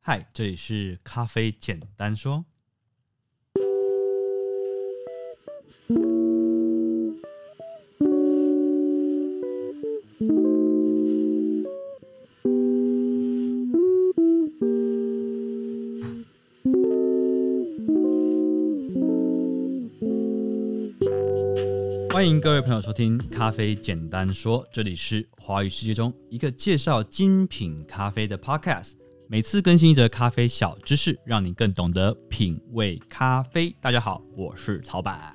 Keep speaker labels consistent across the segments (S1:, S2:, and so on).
S1: 嗨，这里是咖啡简单说。欢迎各位朋友收听《咖啡简单说》，这里是华语世界中一个介绍精品咖啡的 podcast。每次更新一则咖啡小知识，让你更懂得品味咖啡。大家好，我是曹 板。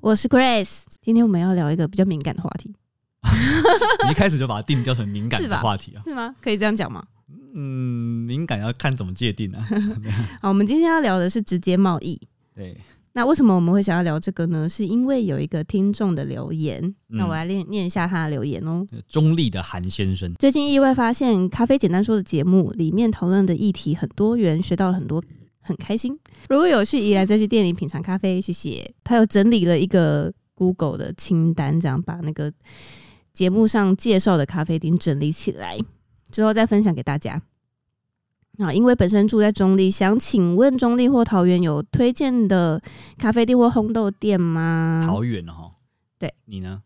S2: 我是 Grace，今天我们要聊一个比较敏感的话题，
S1: 你一开始就把它定调成敏感
S2: 是
S1: 的
S2: 吧
S1: 话题啊？
S2: 是吗？可以这样讲吗？
S1: 嗯，敏感要看怎么界定啊。
S2: 好，我们今天要聊的是直接贸易。
S1: 对，
S2: 那为什么我们会想要聊这个呢？是因为有一个听众的留言，那我来念念一下他的留言哦。
S1: 中立的韩先生，
S2: 最近意外发现《咖啡简单说》的节目里面讨论的议题很多元，学到了很多，很开心。如果有去宜兰再去店里品尝咖啡，谢谢。他又整理了一个 Google 的清单，这样把那个节目上介绍的咖啡厅整理起来，之后再分享给大家。啊，因为本身住在中立，想请问中立或桃园有推荐的咖啡店或烘豆店吗？
S1: 桃园的哈。
S2: 对，
S1: 你呢？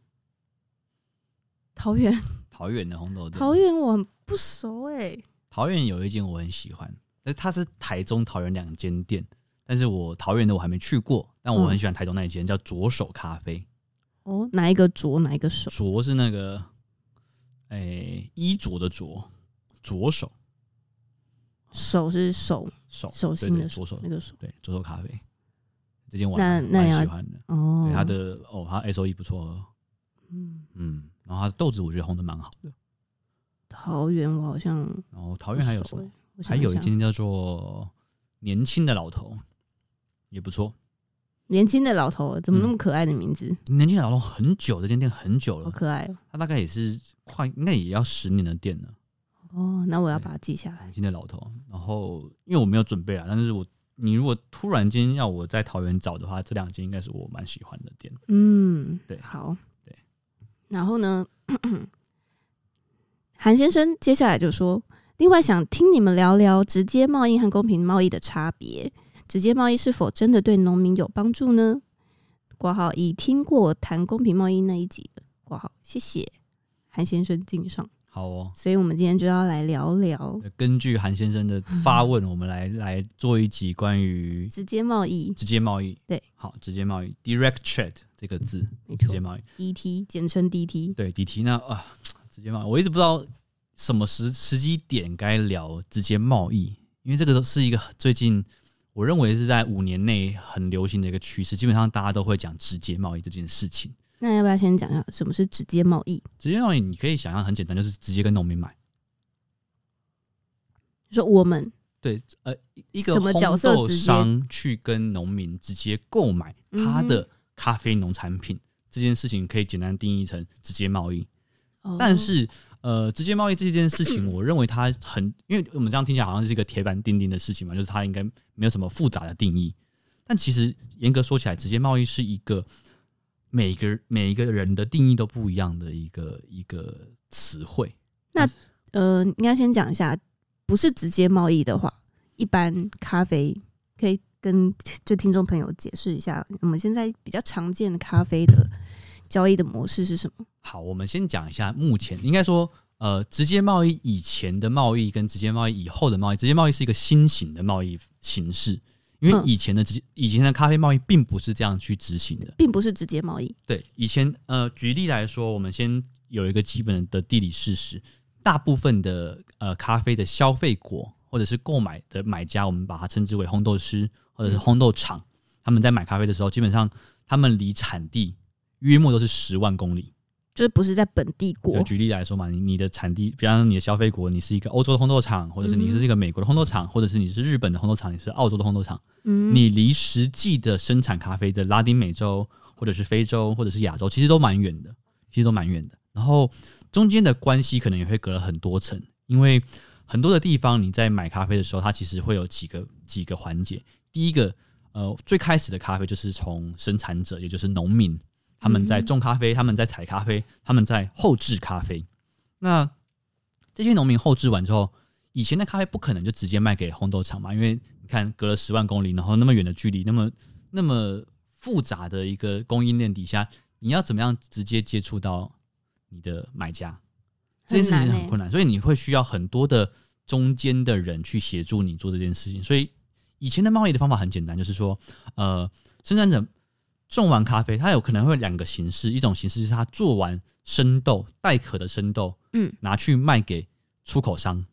S2: 桃园，
S1: 桃园的红豆店，
S2: 桃园我很不熟哎、
S1: 桃园有一间我很喜欢，那它是台中、桃园两间店，但是我桃园的我还没去过，但我很喜欢台中那一间，叫左手咖啡。
S2: 哦，哪一个浊，哪一个手？
S1: 左是那个，哎、衣着的着，左手
S2: 手是手
S1: 手
S2: 手
S1: 对
S2: 心
S1: 对
S2: 的
S1: 左手
S2: 那个手。
S1: 对左手咖啡，这间我
S2: 那
S1: 还
S2: 那
S1: 蛮
S2: 要
S1: 喜欢的，
S2: 哦
S1: 对，它的哦，它 S O E 不错哦，
S2: 嗯，
S1: 嗯，然后它的豆子我觉得烘的蛮好的，
S2: 桃园我好像
S1: 然后桃园还有
S2: 不
S1: 什
S2: 熟
S1: 么
S2: 欸？我
S1: 还
S2: 想
S1: 有一
S2: 想
S1: 间叫做年轻的老头，也不错。
S2: 年轻的老头，怎么
S1: 嗯
S2: 那么可爱的名字？
S1: 年轻的老头很久，这间店很久
S2: 好
S1: 了，
S2: 可爱哦、
S1: 他大概也是快，应该也要十年的店了。
S2: 哦，那我要把它记下来。
S1: 年轻的老头，然后因为我没有准备啊，但是我你如果突然间要我在桃园找的话，这两间应该是我蛮喜欢的店。
S2: 嗯，
S1: 对
S2: 好，
S1: 对。
S2: 然后呢， 韩先生接下来就说，另外想听你们聊聊直接贸易和公平贸易的差别，直接贸易是否真的对农民有帮助呢？挂号已听过谈公平贸易那一集的挂号，谢谢韩先生敬上。
S1: 好哦，
S2: 所以我们今天就要来聊聊
S1: 根据韩先 生的发问，我们来来做一集关于
S2: 直接贸易，
S1: 直接贸易。
S2: 对，嗯
S1: 好，直接贸易 （direct trade） 这个字，
S2: 没
S1: 直
S2: 错
S1: 接贸易。
S2: ，DT E 简称 DT，
S1: 对底题呢啊，直接贸易，我一直不知道什么时时机点该聊直接贸易，因为这个都是一个最近我认为是在五年内很流行的一个趋势，基本上大家都会讲直接贸易这件事情。
S2: 那要不要先讲一下什么是直接贸易？
S1: 直接贸易你可以想象很简单，就是直接跟农民买。
S2: 就说我们
S1: 对，呃，一个
S2: 什么角
S1: 烘
S2: 色
S1: 豆
S2: 直接
S1: 商去跟农民直接购买他
S2: 嗯
S1: 的咖啡农产品、这件事情，可以简单定义成直接贸易。
S2: 哦
S1: 但是呃，直接贸易这件事情，我认为它很，因为我们这样听起来好像是一个铁板钉钉的事情嘛，就是它应该没有什么复杂的定义。但其实严格说起来，直接贸易是一个每个每一个人的定义都不一样的一个一个词汇。
S2: 呃，应该先讲一下，不是直接贸易的话，一般咖啡可以跟就听众朋友解释一下，我们现在比较常见的咖啡的交易的模式是什么？
S1: 好，我们先讲一下目前，应该说呃，直接贸易以前的贸易跟直接贸易以后的贸易，直接贸易是一个新型的贸易形式。因为
S2: 嗯
S1: 以前的直接以前的咖啡贸易并不是这样去执行的，
S2: 并不是直接贸易，
S1: 对，以前呃，举例来说，我们先有一个基本的地理事实，大部分的呃咖啡的消费国或者是购买的买家，我们把它称之为烘豆师或者是烘豆厂，他们在买咖啡的时候，基本上他们离产地约莫都是十万公里。
S2: 就是不是在本地
S1: 就
S2: 国。
S1: 举例来说嘛，你你的产地，比方说你的消费国，你是一个欧洲的烘豆厂，或者是你
S2: 嗯哼
S1: 是一个美国的烘豆厂，或者是你是日本的烘豆厂，你是澳洲的烘豆厂，
S2: 嗯，
S1: 你离实际的生产咖啡的拉丁美洲或者是非洲或者是亚洲，其实都蛮远的，其实都蛮远的。然后中间的关系可能也会隔了很多层，因为很多的地方你在买咖啡的时候，它其实会有几个几个环节。第一个，呃，最开始的咖啡就是从生产者，也就是农民，他们在
S2: 嗯哼
S1: 种咖啡，他们在采咖啡，他们在后制咖啡。那这些农民后制完之后，以前的咖啡不可能就直接卖给烘豆厂嘛，因为你看隔了十万公里，然后那么远的距离，那么那么复杂的一个供应链底下，你要怎么样直接接触到你的买家？这件事情
S2: 很难
S1: 很
S2: 欸
S1: 困难，所以你会需要很多的中间的人去协助你做这件事情。所以以前的贸易的方法很简单，就是说，呃，生产者种完咖啡，它有可能会有两个形式，一种形式是它做完生豆带壳的生豆，
S2: 嗯，
S1: 拿去卖给出口商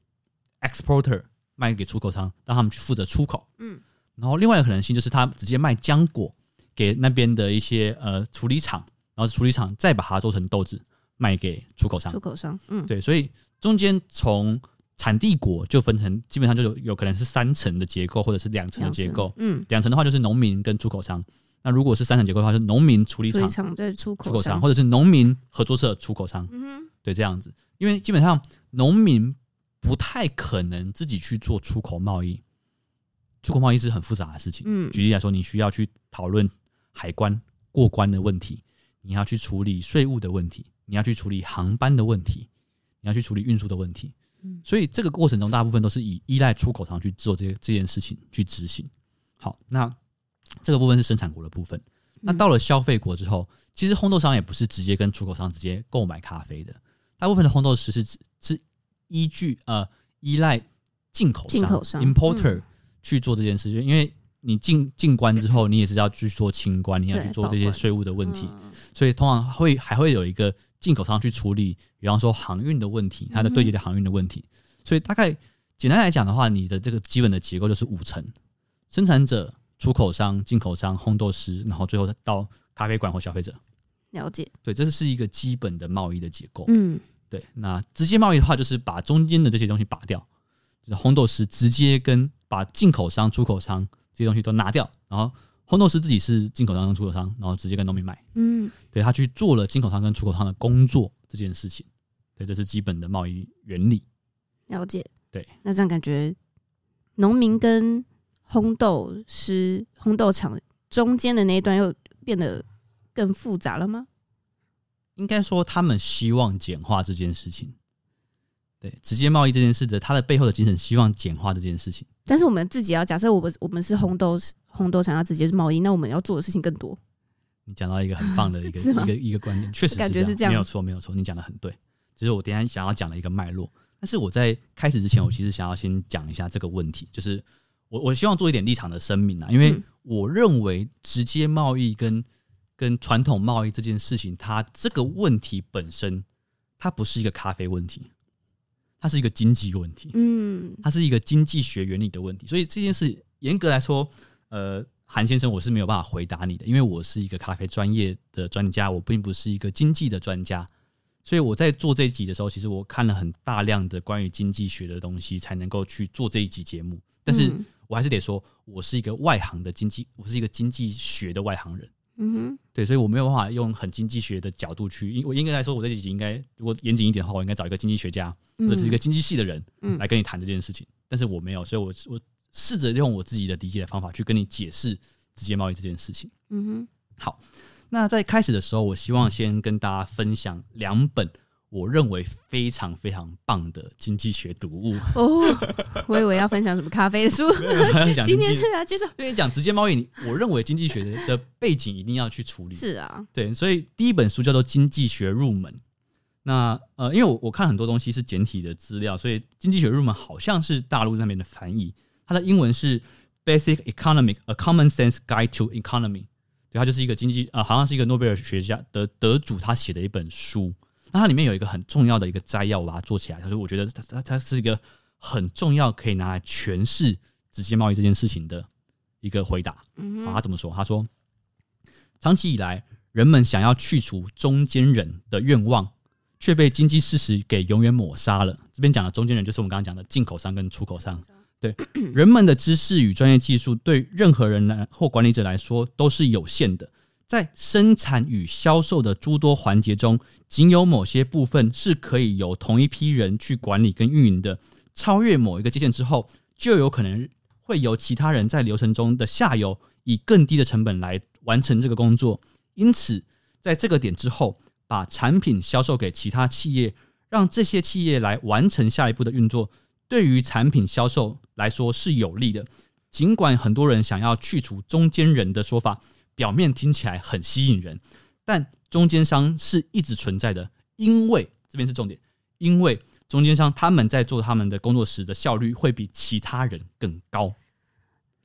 S1: （exporter），卖给出口商，让他们去负责出口。
S2: 嗯，
S1: 然后另外一个可能性就是他直接卖浆果给那边的一些呃处理厂，然后处理厂再把它做成豆子卖给出口商
S2: 出。口商，嗯，
S1: 对，所以中间从产地国就分成，基本上就有有可能是三层的结构，或者是两层的结构。
S2: 嗯，
S1: 两层的话就是农民跟出口商，那如果是三层结构的话，就是农民处理
S2: 出
S1: 厂
S2: 一场对出
S1: 出
S2: 口
S1: 口商，，或者是农民合作社出口商。
S2: 嗯
S1: 对，这样子，因为基本上农民不太可能自己去做出口贸易，出口贸易是很复杂的事情。
S2: 嗯
S1: 举例来说，你需要去讨论海关过关的问题，你要去处理税务的问题，你要去处理航班的问题，你要去处理运输的问题
S2: 嗯。
S1: 所以这个过程中，大部分都是以依赖出口商去做这这件事情去执行。好，那这个部分是生产国的部分。那
S2: 嗯
S1: 到了消费国之后，其实烘豆商也不是直接跟出口商直接购买咖啡的，大部分的烘豆师是指是依据呃依赖进口商
S2: 进口商
S1: importer、
S2: 嗯
S1: 去做这件事情，因为你进进关之后，你也是要去做清关，你要
S2: 对
S1: 去做
S2: 保
S1: 这些
S2: 管
S1: 税务的问题，
S2: 嗯
S1: 所以通常会还会有一个进口商去处理，比方说航运的问题，
S2: 嗯
S1: 它的对接的航运的问题。所以大概简单来讲的话，你的这个基本的结构就是五层：生产者、出口商、进口商、烘豆师，然后最后到咖啡馆或消费者。
S2: 了解，
S1: 对，这是一个基本的贸易的结构。
S2: 嗯，
S1: 对，那直接贸易的话，就是把中间的这些东西拔掉，就是烘豆师直接跟把进口商、出口商这些东西都拿掉，然后烘豆师自己是进口商跟出口商，然后直接跟农民买。
S2: 嗯，
S1: 对他去做了进口商跟出口商的工作这件事情，对，这是基本的贸易原理。
S2: 了解。
S1: 对，
S2: 那这样感觉农民跟烘豆师、烘豆厂中间的那一段又变得更复杂了吗？
S1: 应该说，他们希望简化这件事情。对，直接贸易这件事的，它的背后的精神，希望简化这件事情。
S2: 但是我们自己要假设，我们我们是烘豆师烘豆厂要直接贸易，那我们要做的事情更多。
S1: 你讲到一个很棒的一个
S2: 是
S1: 一
S2: 吗
S1: 个一个观点，确实
S2: 感觉
S1: 是
S2: 是这样
S1: 没有错，没有错，你讲的很对。这是我等一下想要讲的一个脉络。但是我在开始之前，我其实想要先讲一下这个问题，就是我我希望做一点立场的声明啊，因为
S2: 嗯
S1: 我认为直接贸易跟跟传统贸易这件事情，它这个问题本身，它不是一个咖啡问题，它是一个经济问题。
S2: 嗯，
S1: 它是一个经济学原理的问题。所以这件事严格来说，呃，韩先生，我是没有办法回答你的，因为我是一个咖啡专业的专家，我并不是一个经济的专家。所以我在做这一集的时候，其实我看了很大量的关于经济学的东西，才能够去做这一集节目。但是
S2: 嗯
S1: 我还是得说，我是一个外行的经济，我是一个经济学的外行人。
S2: 嗯哼，
S1: 对，所以我没有办法用很经济学的角度去，因我应该来说，我这集应该如果严谨一点的话，我应该找一个经济学家，或者是一个经济系的人
S2: 嗯
S1: 来跟你谈这件事情，但是我没有，所以我我试着用我自己的理解的方法去跟你解释直接贸易这件事情。
S2: 嗯哼，
S1: 那在开始的时候，我希
S2: 嗯
S1: 望先跟大家分享两本我认为非常非常棒的经济学读 物。
S2: 哦，我以为要分享什么咖啡的书，
S1: 讲
S2: 今
S1: 经
S2: 天
S1: 济
S2: 是，要介绍。
S1: 因为讲直接贸易，你我认为经济学的的背景一定要去处理。
S2: 是啊，
S1: 对，所以第一本书叫做《经济学入门》。那呃，因为我我看很多东西是简体的资料，所以《经济学入门》好像是大陆那边的翻译，它的英文是《Basic Economic: A Common Sense Guide to Economy》。对，它就是一个经济啊、呃，好像是一个诺贝尔学家得得主他写的一本书。那它里面有一个很重要的一个摘要，我把它做起来。就是我觉得它它它是一个很重要可以拿来诠释直接贸易这件事情的一个回答。
S2: 嗯
S1: 啊，
S2: 哼，
S1: 他怎么说？他说，长期以来，人们想要去除中间人的愿望，却被经济事实给永远抹杀了。这边讲的中间人，就是我们刚刚讲的进口商跟出口商。对，人们的知识与专业技术对任何人来或管理者来说都是有限的。在生产与销售的诸多环节中，仅有某些部分是可以由同一批人去管理跟运营的。超越某一个界限之后，就有可能会由其他人在流程中的下游以更低的成本来完成这个工作。因此，在这个点之后，把产品销售给其他企业，让这些企业来完成下一步的运作，对于产品销售来说是有利的。尽管很多人想要去除中间人的说法，表面听起来很吸引人，但中间商是一直存在的，因为这边是重点，因为中间商他们在做他们的工作时的效率会比其他人更高。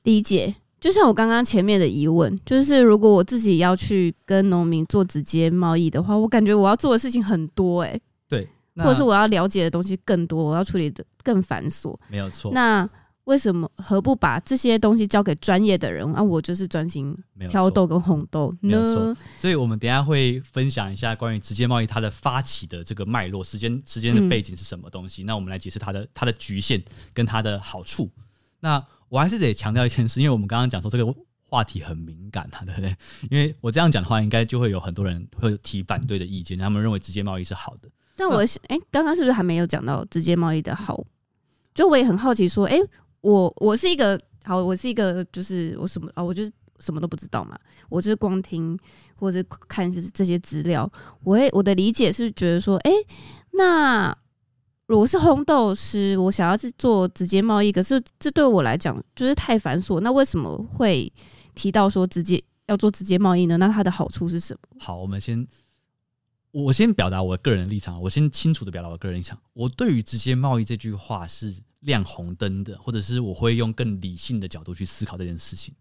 S2: 理解。就像我刚刚前面的疑问，就是如果我自己要去跟农民做直接贸易的话，我感觉我要做的事情很多诶、
S1: 对，那
S2: 或者是我要了解的东西更多，我要处理的更繁琐。
S1: 没有错，
S2: 那为什么何不把这些东西交给专业的人啊？我就是专心
S1: 没有
S2: 挑
S1: 错
S2: 豆跟红豆
S1: 没有错
S2: 呢。
S1: 所以我们等一下会分享一下关于直接贸易它的发起的这个脉络、时间、时间的背景是什么东西。那我们来解释它的它的局限跟它的好处。那我还是得强调一件事，因为我们刚刚讲说这个话题很敏感嘛，对不对？因为我这样讲的话，应该就会有很多人会提反对的意见，他们认为直接贸易是好的。
S2: 但我是诶，刚、刚是不是还没有讲到直接贸易的好？就我也很好奇说，诶，我我是一个好，我是一个就是我什么啊、我就是什么都不知道嘛，我就是光听或者看是这些资料，我会我的理解是觉得说，诶，那如果是烘豆师，我想要是做直接贸易，可是这对我来讲就是太繁琐，那为什么会提到说直接要做直接贸易呢？那它的好处是什么？
S1: 好，我们先，我先表达我个人的立场，我先清楚的表达我个人立场。我对于直接贸易这句话是亮红灯的，或者是我会用更理性的角度去思考这件事情。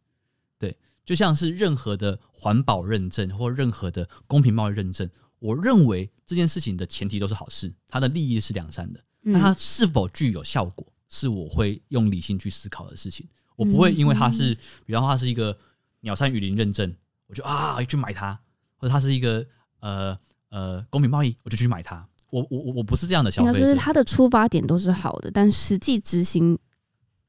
S1: 对，就像是任何的环保认证或任何的公平贸易认证，我认为这件事情的前提都是好事，它的利益是良善的。
S2: 嗯
S1: 那它是否具有效果，是我会用理性去思考的事情。我不会因为它
S2: 嗯
S1: 是，比方说它是一个鸟山雨林认证，我就啊去买它，或者它是一个呃呃公平贸易，我就去买它。我我我我不是这样的消
S2: 应该
S1: 费
S2: 说是
S1: 者，
S2: 他的出发点都是好的，但实际执行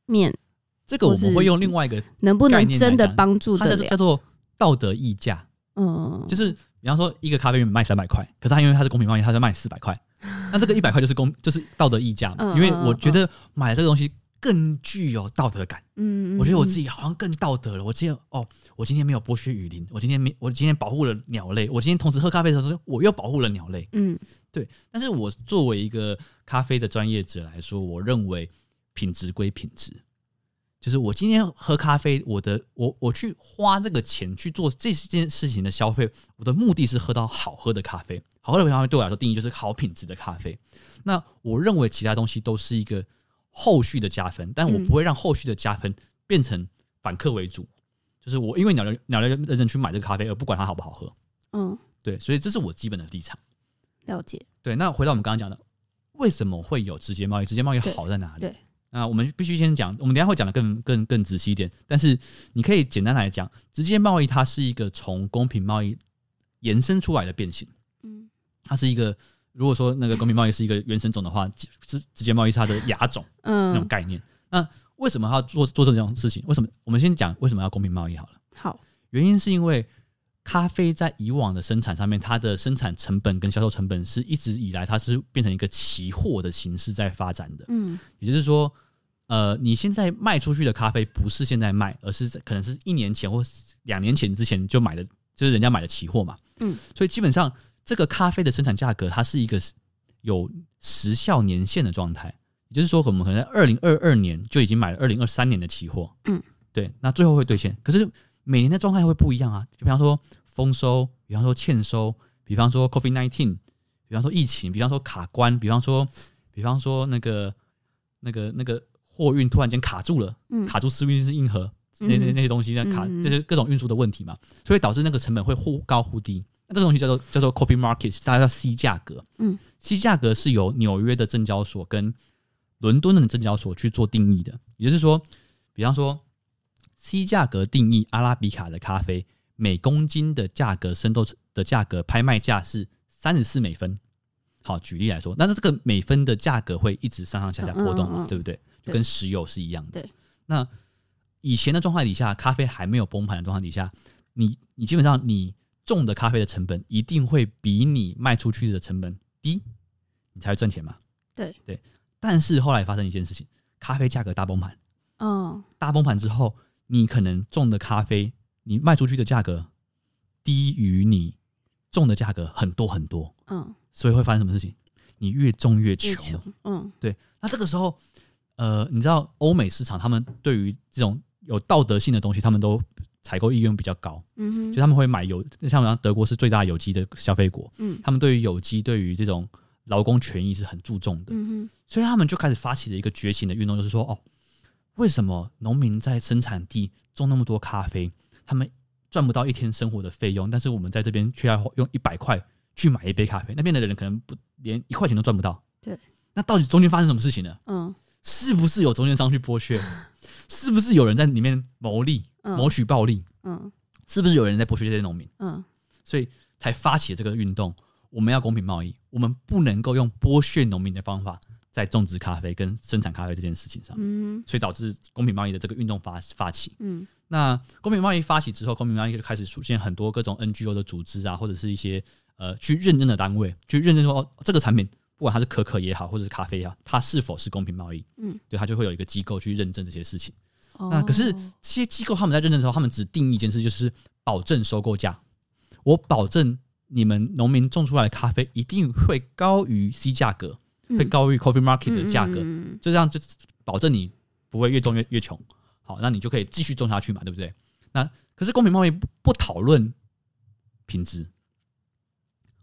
S2: 面
S1: 这个我们
S2: 或
S1: 会
S2: 是
S1: 用另外一个，
S2: 能不能真的帮助
S1: 它叫
S2: 得
S1: 做
S2: 了？
S1: 叫做道德溢价，
S2: 嗯，
S1: 就是比方说一个咖啡原本卖三百块，可是它因为它是公平贸易，它就卖四百块，那这个一百块就是公就是道德溢价嘛，
S2: 嗯
S1: 因为
S2: 嗯
S1: 我
S2: 嗯
S1: 觉得买了这个东西更具有道德感。
S2: 嗯，嗯
S1: 我觉得我自
S2: 己
S1: 己好像更道德了。我今天哦，我今天没有剥削雨林，我今天没，我今天保护了鸟类。我今天同时喝咖啡的时候，我又保护了鸟类。
S2: 嗯
S1: 对，但是我作为一个咖啡的专业者来说，我认为品质归品质，就是我今天喝咖啡，我的我我去花这个钱去做这件事情的消费，我的目的是喝到好喝的咖啡。好喝的咖啡对我来说定义就是好品质的咖啡。那我认为其他东西都是一个后续的加分，但我
S2: 嗯
S1: 不会让后续的加分变成反客为主，就是我因为鸟类鸟类认真去买这个咖啡，而不管它好不好喝。
S2: 嗯，
S1: 对，所以这是我基本的立场。
S2: 了解。
S1: 对，那回到我们刚刚讲的，为什么会有直接贸易？直接贸易好在哪里？
S2: 对对
S1: 那我们必须先讲，我们等一下会讲的更更更仔细一点。但是你可以简单来讲，直接贸易它是一个从公平贸易延伸出来的变形，
S2: 嗯，
S1: 它是一个如果说那个公平贸易是一个原生种的话，直直接贸易是它的亚种那种
S2: 嗯，
S1: 概念。那为什么要做做这种事情？为什么我们先讲为什么要公平贸易好了？
S2: 好，
S1: 原因是因为咖啡在以往的生产上面，它的生产成本跟销售成本是一直以来它是变成一个期货的形式在发展的。
S2: 嗯
S1: 也就是说，呃，你现在卖出去的咖啡不是现在卖，而是在可能是一年前或两年前之前就买的，就是人家买的期货嘛。
S2: 嗯，
S1: 所以基本上这个咖啡的生产价格，它是一个有时效年限的状态。也就是说，我们可能在二零二二年就已经买了二零二三年的期货。
S2: 嗯，
S1: 对，那最后会兑现。可是每年的状态会不一样啊，就比方说丰收，比方说欠收，比方说 COVID nineteen，比方说疫情，比方说卡关，比方说，比方说那个那个那个货运突然间卡住了，
S2: 嗯，
S1: 卡住私运是硬核，那那那些东西在卡，
S2: 嗯嗯
S1: 这些各种运输的问题嘛，所以导致那个成本会忽高忽低。那这个东西叫做叫做 coffee market，它叫 C 价格。
S2: 嗯
S1: ，C 价格是由纽约的证交所跟伦敦的证交所去做定义的，也就是说，比方说 C 价格定义阿拉比卡的咖啡每公斤的价格，生豆的价格拍卖价是三十四美分。好，举例来说，那这个美分的价格会一直上上下下波动嘛，
S2: 嗯嗯嗯
S1: 对不对？就
S2: 对
S1: 跟石油是一样的。
S2: 对，
S1: 那以前的状态底下，咖啡还没有崩盘的状态底下，你你基本上你种的咖啡的成本一定会比你卖出去的成本低，你才会赚钱嘛。
S2: 对
S1: 对，但是后来发生一件事情，咖啡价格大崩盘，
S2: 嗯
S1: 大崩盘之后，你可能种的咖啡，你卖出去的价格低于你种的价格很多很多，
S2: 嗯，
S1: 所以会发生什么事情？你越种越穷
S2: 越。穷，嗯
S1: 对，那这个时候，呃，你知道欧美市场他们对于这种有道德性的东西，他们都采购意愿比较高，
S2: 嗯
S1: 就他们会买有像像德国是最大的有机的消费国，
S2: 嗯
S1: 他们对于有机对于这种劳工权益是很注重的，
S2: 嗯
S1: 所以他们就开始发起了一个觉醒的运动，就是说哦，为什么农民在生产地种那么多咖啡，他们赚不到一天生活的费用，但是我们在这边却要用一百块去买一杯咖啡，那边的人可能不连一块钱都赚不到。
S2: 对，
S1: 那到底中间发生什么事情呢？
S2: 嗯
S1: 是不是有中间商去剥 削？是不是有人在里面牟利、
S2: 嗯
S1: 谋取暴利？
S2: 嗯
S1: 是不是有人在剥削这些农民？
S2: 嗯
S1: 所以才发起了这个运动。我们要公平贸易，我们不能够用剥削农民的方法在种植咖啡跟生产咖啡这件事情上，
S2: 嗯
S1: 所以导致公平贸易的这个运动发发起。
S2: 嗯
S1: 那公平贸易发起之后，公平贸易就开始出现很多各种 NGO 的组织啊，或者是一些呃去认证的单位，去认证说、哦、这个产品不管它是可可也好，或者是咖啡也好，它是否是公平贸易，
S2: 嗯，
S1: 对，它就会有一个机构去认证这些事情。
S2: 哦
S1: 那可是这些机构他们在认证的时候，他们只定义一件事，就是保证收购价。我保证你们农民种出来的咖啡一定会高于 C 价格，会
S2: 嗯
S1: 高于 Coffee Market 的价格，
S2: 嗯嗯嗯
S1: 就这样就保证你不会越种越越穷。好，那你就可以继续种下去嘛，对不对？那可是公平贸易不不讨论品质，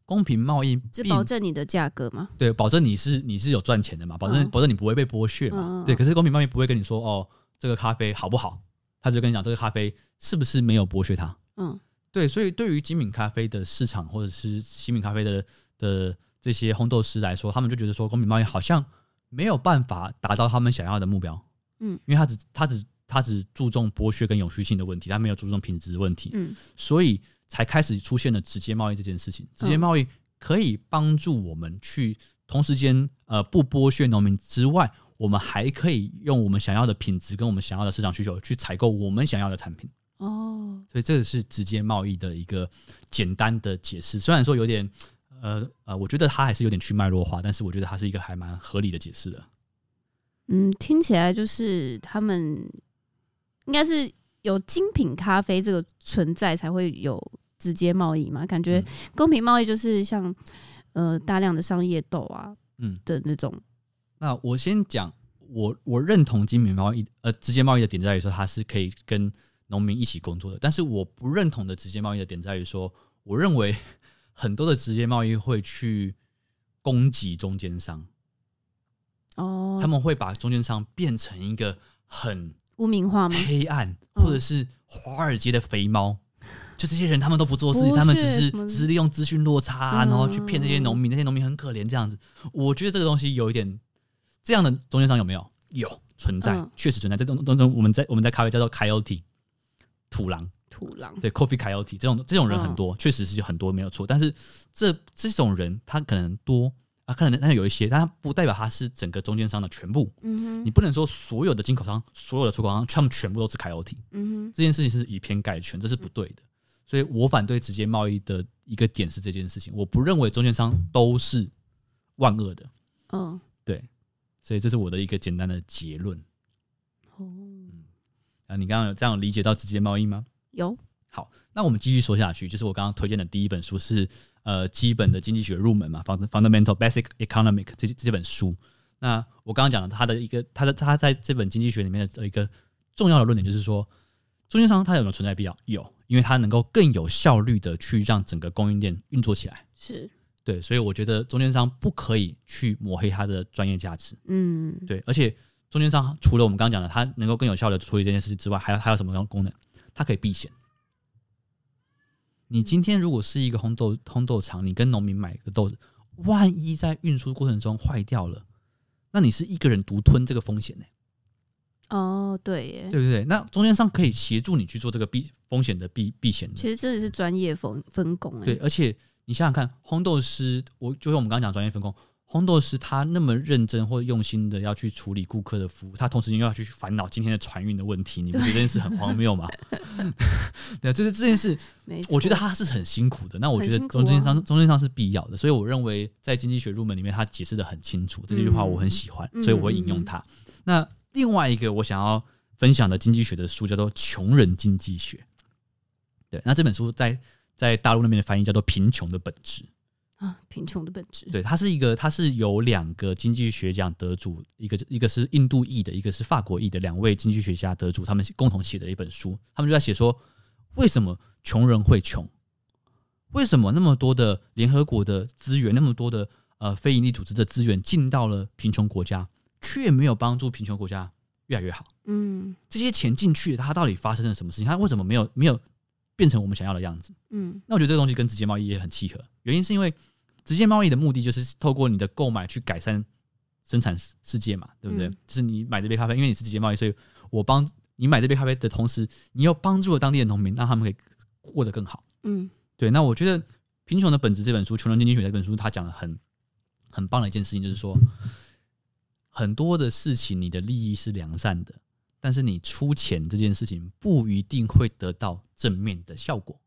S1: 公平贸易
S2: 只
S1: 并
S2: 保证你的价格嘛，
S1: 对，保证你是你是有赚钱的嘛，保证、
S2: 嗯
S1: 保证你不会被剥削嘛。
S2: 嗯嗯
S1: 对，
S2: 嗯
S1: 可是公平贸易不会跟你说哦，这个咖啡好不好，他就跟你讲这个咖啡是不是没有剥削它。
S2: 嗯
S1: 对，所以对于精品咖啡的市场或者是精品咖啡的的这些烘豆师来说，他们就觉得说公平贸易好像没有办法达到他们想要的目标。
S2: 嗯，
S1: 因为他只他只他只注重剥削跟永续性的问题，他没有注重品质问题。
S2: 嗯
S1: 所以才开始出现了直接贸易这件事情。直接贸易可以帮助我们去同时间呃不剥削农民之外，我们还可以用我们想要的品质跟我们想要的市场需求去采购我们想要的产品。
S2: 哦
S1: 所以这个是直接贸易的一个简单的解释，虽然说有点。呃呃，我觉得它还是有点去脉络化，但是我觉得它是一个还蛮合理的解释的。
S2: 嗯，听起来就是他们应该是有精品咖啡这个存在才会有直接贸易嘛，感觉
S1: 嗯
S2: 公平贸易就是像呃大量的商业豆啊
S1: 嗯，
S2: 的那种，
S1: 那我先讲，我我认同精品贸易呃直接贸易的点在于说它是可以跟农民一起工作的，但是我不认同的直接贸易的点在于说，我认为 很多的直接贸易会去攻击中间商，
S2: 哦，
S1: 他们会把中间商变成一个很
S2: 污名 化吗？
S1: 黑暗，
S2: 嗯
S1: 或者是华尔街的肥猫。就这些人，他们都不做事
S2: 剥削，
S1: 他们只是
S2: 什么的
S1: 只是利用资讯落差啊、
S2: 嗯
S1: 然后去骗这些农民，那些农民很可怜这样子。我觉得这个东西有一点，这样的中间商有没有？有存在
S2: 嗯，
S1: 确、实存在。这种种种，我们在我们在咖啡叫做 coyote 土狼，
S2: 土狼，
S1: 对 coffee coyote 这种这种人
S2: 嗯
S1: 很多，确、实是有很多没有错。但是这这种人他可能多啊，可能但是有一些，但他不代表他是整个中间商的全部。
S2: 嗯
S1: 你
S2: 哼，
S1: 不能说所有的进口商、所有的出口商，他们全部都是 coyote。
S2: 嗯
S1: 这件事情是以偏概全，这是不对的。所以我反对直接贸易的一个点是这件事情，我不认为中间商都是万恶的，
S2: 哼，嗯，
S1: 对，所以这是我的一个简单的结论。
S2: 哦，
S1: 啊，你刚刚有这样理解到直接贸易吗？
S2: 有，
S1: 好，那我们继续说下去，就是我刚刚推荐的第一本书是呃基本的经济学入门嘛，Fund-，Fundamental Basic Economic 这这本书。那我刚刚讲的它的一个，它的它在这本经济学里面的一个重要的论点就是说，中间商它有没有存在必要？有，因为它能够更有效率的去让整个供应链运作起来。
S2: 是，
S1: 对，所以我觉得中间商不可以去抹黑它的专业价值。
S2: 嗯，
S1: 对，而且中间商除了我们刚刚讲的，它能够更有效的处理这件事之外，还有还有什么样的功能？它可以避险。你今天如果是一个烘豆烘豆厂，你跟农民买的豆子，万一在运输过程中坏掉了，那你是一个人独吞这个风险呢、
S2: 哦，对耶，
S1: 对不对？那中间商可以协助你去做这个避风险的避避险的。
S2: 其实真的是专业分分工，哎，
S1: 对，，而且你想想看，烘豆师，我就是我们刚刚讲专业分工，烘豆师他那么认真或用心的要去处理顾客的服务，他同时又要去烦恼今天的船运的问题，你不觉得这件事很荒谬吗？ 对啊，这是这件事，
S2: 没错，
S1: 我觉得他是很辛苦的。那我
S2: 很
S1: 觉得
S2: 辛苦
S1: 中间
S2: 啊
S1: 商、中间商是必要的，所以我认为在经济学入门里面，他解释的很清楚，这句话我很喜欢，
S2: 嗯
S1: 所以我会引用它。那另外一个我想要分享的经济学的书叫做《穷人经济学》，对，那这本书在在大陆那边的翻译叫做《贫穷的本质》。
S2: 啊，贫穷的本质。
S1: 对，它是一个，它是有两个经济学奖得主，一个一个是印度裔的，一个是法国裔的两位经济学家得主，他们共同写的一本书，他们就在写说，为什么穷人会穷？为什么那么多的联合国的资源，那么多的呃非营利组织的资源进到了贫穷国家，却没有帮助贫穷国家越来越好？
S2: 嗯
S1: 这些钱进去，它到底发生了什么事情？它为什么没有没有变成我们想要的样子？
S2: 嗯
S1: 那我觉得这个东西跟直接贸易也很契合，原因是因为直接贸易的目的就是透过你的购买去改善生产世世界嘛，对不对？
S2: 嗯
S1: 就是你买这杯咖啡，因为你是直接贸易，所以我帮你买这杯咖啡的同时，你又帮助了当地的农民，让他们可以过得更好。
S2: 嗯
S1: 对，那我觉得《贫穷的本质》这本书，《穷人经济学》这本书，它讲的很很棒的一件事情，就是说很多的事情，你的利益是良善的，但是你出钱这件事情不一定会得到正面的效果，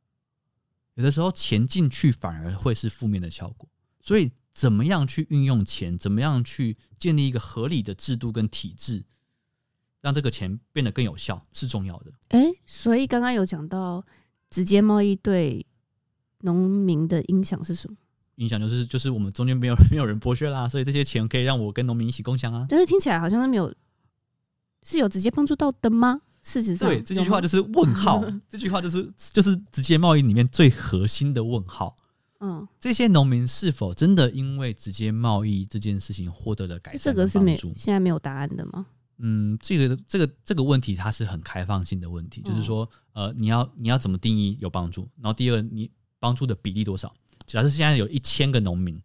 S1: 有的时候钱进去反而会是负面的效果，所以。怎么样去运用钱？怎么样去建立一个合理的制度跟体制，让这个钱变得更有效，是重要的。
S2: 哎、所以刚刚有讲到直接贸易对农民的影响是什么？
S1: 影响就是就是我们中间没有 没有人剥削啦，所以这些钱可以让我跟农民一起共享啊。
S2: 但是听起来好像是没有，是有直接帮助到的吗？事实上，
S1: 对，这
S2: 啊有
S1: 句话
S2: 吗
S1: 就是问 号，这句话就是就是直接贸易里面最核心的问号。
S2: 嗯，
S1: 这些农民是否真的因为直接贸易这件事情获得了改
S2: 这
S1: 善
S2: 个
S1: 跟
S2: 是没
S1: 帮助？
S2: 现在没有答案的吗？
S1: 嗯，这个这个这个问题它是很开放性的问题，
S2: 哦
S1: 就是说，呃，你要你要怎么定义有帮助？然后第二，你帮助的比例多少？假设现在有一千个农民，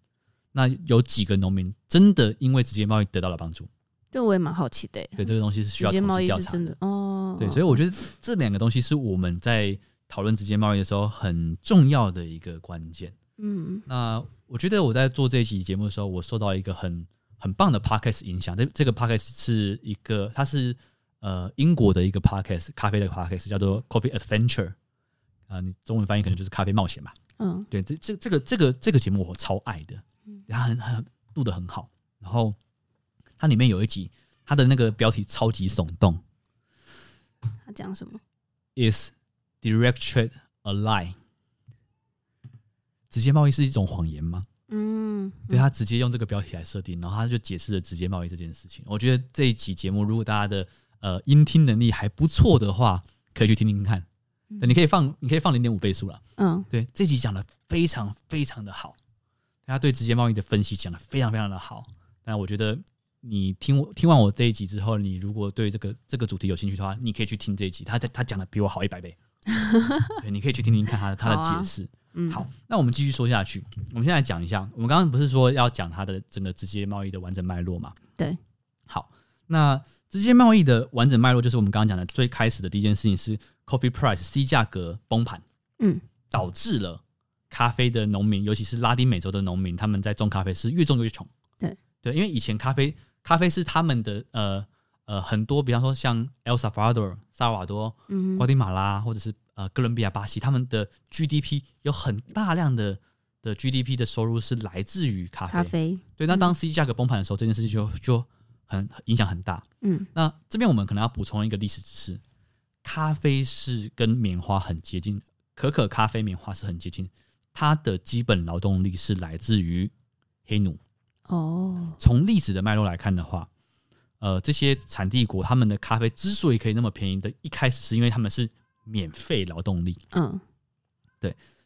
S1: 那有几个农民真的因为直接贸易得到了帮助？
S2: 对，我也蛮好奇的、欸。
S1: 对，这个东西是需
S2: 直
S1: 要
S2: 接
S1: 统
S2: 贸
S1: 计
S2: 易
S1: 调
S2: 是
S1: 查
S2: 真的哦，
S1: 对，所以我觉得这两个东西是我们在讨论直接贸易的时候很重要的一个关键。
S2: 嗯
S1: 那我觉得我在做这一期节目的时候，我受到一个很很棒的 podcast 影响。这这个 podcast 是一个，它是呃英国的一个 podcast，咖啡的 podcast 叫做 Coffee Adventure，啊、你中文翻译可能就是咖啡冒险吧。
S2: 嗯
S1: 对，这这这个这个这个节目我超爱的，它很很录的很好。然后它里面有一集，它的那个标题超级耸动，
S2: 他讲什么？
S1: is direct trade a lie？直接贸易是一种谎言吗？
S2: 嗯，
S1: 对他直接用这个标题来设定，然后他就解释了直接贸易这件事情。我觉得这一期节目，如果大家的呃音听能力还不错的话，可以去听听看。
S2: 嗯
S1: 你可以放，你可以放零点五倍速了。
S2: 嗯
S1: 对，这集讲的非常非常的好，他对直接贸易的分析讲的非常非常的好。那我觉得你听我听完我这一集之后，你如果对这个这个主题有兴趣的话，你可以去听这一集，他他他讲的比我好一 百倍。对，你可以去听听看他的他
S2: 好
S1: 的
S2: 啊
S1: 解释。
S2: 嗯，
S1: 好，那我们继续说下去。我们现在讲一下，我们刚刚不是说要讲它的整个直接贸易的完整脉络嘛？
S2: 对。
S1: 好，那直接贸易的完整脉络就是我们刚刚讲的最开始的第一件事情是 coffee price C 价格崩盘，
S2: 嗯，
S1: 导致了咖啡的农民，尤其是拉丁美洲的农民，他们在种咖啡是越种越穷。
S2: 对
S1: 对，因为以前咖啡咖啡是他们的呃呃很多，比方说像 El Salvador 萨尔瓦多，
S2: 嗯
S1: 瓜地马拉或者是呃哥伦比亚、巴西，他们的 GDP 有很大量的的 GDP 的收入是来自于咖啡。
S2: 咖啡，
S1: 对，那当 C 价格崩盘的时候，这件事情就就很影响很大。
S2: 嗯
S1: 那这边我们可能要补充一个历史知识：咖啡是跟棉花很接近，可可咖啡、棉花是很接近，它的基本劳动力是来自于黑奴。
S2: 哦，
S1: 从历史的脉络来看的话，呃，这些产地国他们的咖啡之所以可以那么便宜的，一开始是因为他们是免费劳动力，
S2: 嗯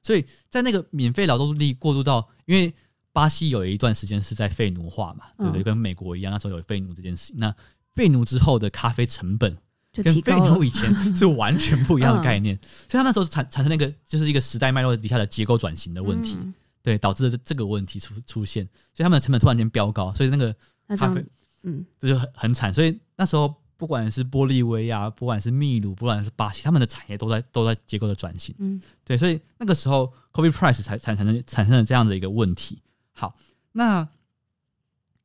S1: 所以在那个免费劳动力过渡到，因为巴西有一段时间是在废奴化嘛，对不对？
S2: 嗯
S1: 跟美国一样，那时候有废奴这件事情。那废奴之后的咖啡成本
S2: 就
S1: 跟
S2: 提
S1: 废
S2: 高了嗯
S1: 奴，以前 是完全不一样的概念，所以他那时候产产生那个就是一个时代脉络底下的结构转型的问题，
S2: 嗯
S1: 对，导致了这这个问题出出现，所以他们的成本突然间飙高，所以那个
S2: 那这
S1: 咖啡
S2: 样，嗯
S1: 这就很很惨。所以那时候不管是玻利维亚，不管是秘鲁，不管是巴西，他们的产业都在都在结构的转型。
S2: 嗯
S1: 对，所以那个时候 Kobe Price 才才产生产生了这样的一个问题。好，那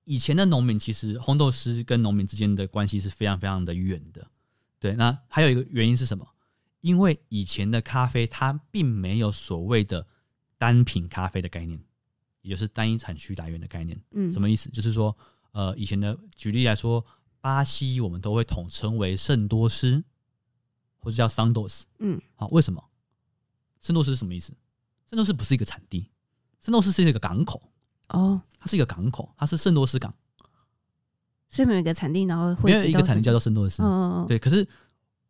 S1: 以前的农民其实烘豆师跟农民之间的关系是非常非常的远的。对，那还有一个原因是什么？因为以前的咖啡它并没有所谓的单品咖啡的概念，也就是单一产区来源的概念。
S2: 嗯，
S1: 什么意思？就是说，呃，以前的举例来说，巴西我们都会统称为圣多斯，或者叫桑多斯。
S2: 嗯，
S1: 好，为什么？圣多斯是什么意思？圣多斯不是一个产地，圣斗士是一个港口，
S2: 哦，
S1: 它是一个港口，它是圣斗士港，
S2: 所以每个产地然后会
S1: 没有一个产地叫做圣斗士。
S2: 嗯嗯嗯，
S1: 对，可是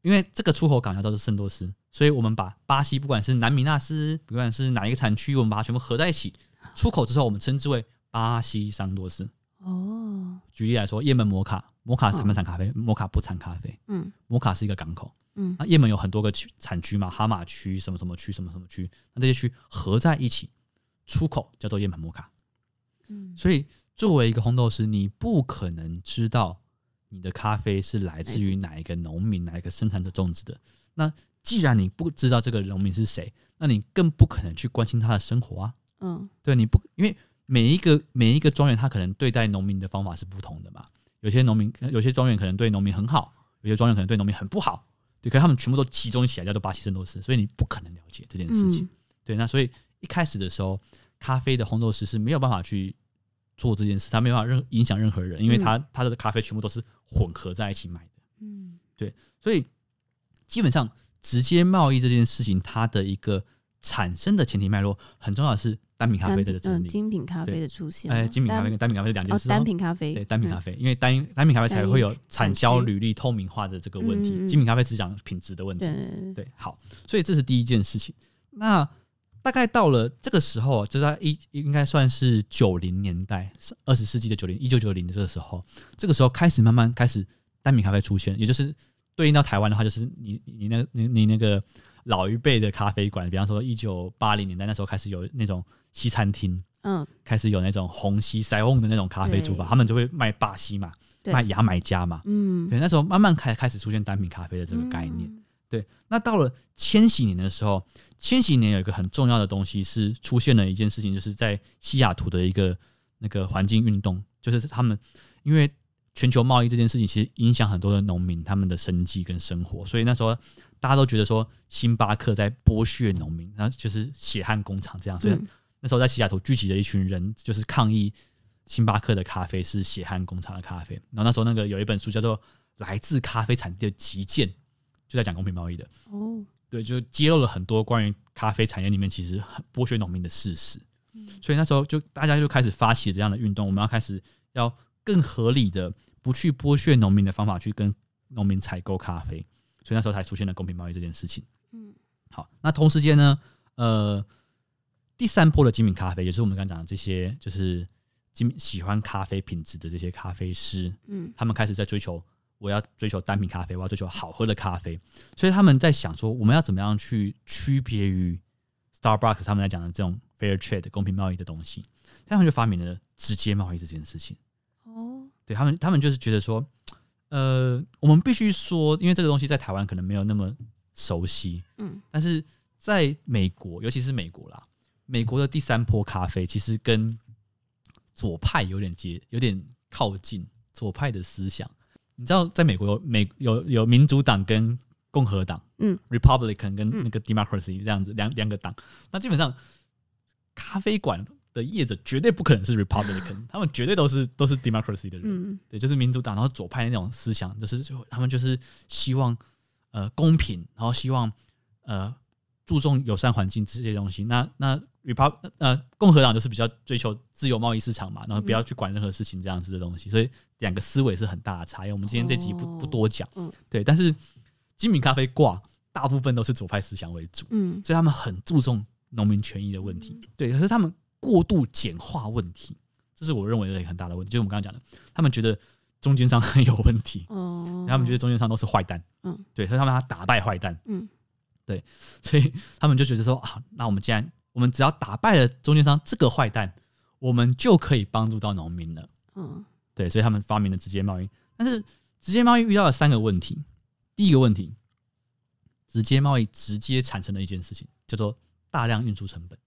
S1: 因为这个出口港要叫做圣斗士，所以我们把巴西不管是南米纳斯，不管是哪一个产区，我们把它全部合在一起，出口之后我们称之为巴西桑多士。
S2: 哦，
S1: 举例来说，也门摩卡，摩卡产不产咖啡？摩卡不产咖啡，
S2: 嗯
S1: 摩卡是一个港口。
S2: 嗯
S1: 那也门有很多个区产区嘛，哈马区、什么什么区、什么什么区，那这些区合在一起，出口叫做也门摩卡。
S2: 嗯，
S1: 所以作为一个烘豆师，你不可能知道你的咖啡是来自于哪一个农民、哪一个生产者种植的。那既然你不知道这个农民是谁，那你更不可能去关心他的生活啊。
S2: 嗯
S1: 对，你不因为每一个每一个庄园，他可能对待农民的方法是不同的嘛。有些农民，有些庄园可能对农民很好，有些庄园可能对农民很不好。对，可是他们全部都集中起来叫做巴西圣斗士，所以你不可能了解这件事情。
S2: 嗯
S1: 对，那所以一开始的时候，咖啡的烘豆师是没有办法去做这件事，他没有办法任影响任何人，因为他、他的咖啡全部都是混合在一起买的，
S2: 嗯
S1: 所以基本上直接贸易这件事情，它的一个产生的前提脉络很重要的是单品咖啡的
S2: 嗯
S1: 整理，
S2: 精品咖啡
S1: 对
S2: 的出现嘛，
S1: 哎，精品咖啡
S2: 单
S1: 跟单品咖啡是两件
S2: 哦
S1: 事哦。
S2: 单品咖啡，
S1: 对单品咖
S2: 啡，
S1: 啡，因为单单品咖啡才会有产销
S2: 单一
S1: 履历透明化的这个问题
S2: 嗯嗯，嗯
S1: 精品咖啡只讲品质的问题。
S2: 嗯对对对对，
S1: 对，好，所以这是第一件事情。那大概到了这个时候，啊就在一应该算是九零年代，二十世纪的九零一九九零的这个时候，这个时候开始慢慢开始单品咖啡出现，也就是对应到台湾的话，就是你你你那你你那个老一辈的咖啡馆，比方说一九八零年代那时候开始有那种西餐厅。
S2: 嗯
S1: 开始有那种虹吸塞翁的那种咖啡出法，
S2: 对
S1: 他们就会卖巴西嘛，
S2: 对
S1: 卖牙买加嘛。
S2: 嗯，
S1: 对，那时候慢慢开开始出现单品咖啡的这个概念。
S2: 嗯
S1: 对，那到了千禧年的时候，千禧年有一个很重要的东西是出现了一件事情，就是在西雅图的一个那个环境运动，就是他们因为全球贸易这件事情，其实影响很多的农民他们的生计跟生活，所以那时候大家都觉得说星巴克在剥削农民，然后就是血汗工厂这样，所以
S2: 嗯
S1: 那时候在西雅图聚集了一群人，就是抗议星巴克的咖啡是血汗工厂的咖啡。然后那时候那个有一本书叫做《来自咖啡产地的极限》，就在讲公平贸易的，
S2: 哦，
S1: 对，就揭露了很多关于咖啡产业里面其实很剥削农民的事实。所以那时候就大家就开始发起这样的运动，我们要开始要更合理的不去剥削农民的方法去跟农民采购咖啡，所以那时候才出现了公平贸易这件事情。
S2: 嗯
S1: 好，那同时间呢，呃，第三波的精品咖啡，也就是我们刚刚讲的这些，就是精喜欢咖啡品质的这些咖啡师，
S2: 嗯
S1: 他们开始在追求我要追求单品咖啡，我要追求好喝的咖啡，所以他们在想说，我们要怎么样去区别于 Starbucks 他们在讲的这种 fair trade 公平贸易的东西，他们就发明了直接贸易这件事情。
S2: 哦，
S1: 对他们，他们就是觉得说，呃，我们必须说，因为这个东西在台湾可能没有那么熟悉，
S2: 嗯
S1: 但是在美国，尤其是美国啦，美国的第三波咖啡其实跟左派有点接，有点靠近左派的思想。你知道，在美国有美有有民主党跟共和党，
S2: 嗯
S1: ，Republican 跟
S2: 嗯
S1: 那个 Democracy 这样子两两个党，那基本上咖啡馆的业者绝对不可能是 Republican，他们绝对都是都是 Democracy 的人，
S2: 嗯
S1: 对，就是民主党，然后左派那种思想，就是就他们就是希望呃公平，然后希望呃注重友善环境这些东西。那那 Repub 呃共和党就是比较追求自由贸易市场嘛，然后
S2: 嗯
S1: 不要去管任何事情这样子的东西，所以两个思维是很大的差异。我们今天这集不、不
S2: 哦
S1: 多讲，
S2: 嗯
S1: 对，但是精品咖啡挂大部分都是左派思想为主，
S2: 嗯
S1: 所以他们很注重农民权益的问题。对，可是他们过度简化问题，这是我认为的一个很大的问题。就是我们刚刚讲的，他们觉得中间商很有问题，
S2: 哦，
S1: 他们觉得中间商都是坏蛋。
S2: 嗯，
S1: 对，所以他们要打败坏蛋，
S2: 嗯
S1: 所以他们就觉得说啊，那我们既然我们只要打败了中间商这个坏蛋，我们就可以帮助到农民了。
S2: 嗯
S1: 对，所以他们发明了直接贸易。但是直接贸易遇到了三个问题。第一个问题，直接贸易直接产生的一件事情叫做大量运输成本，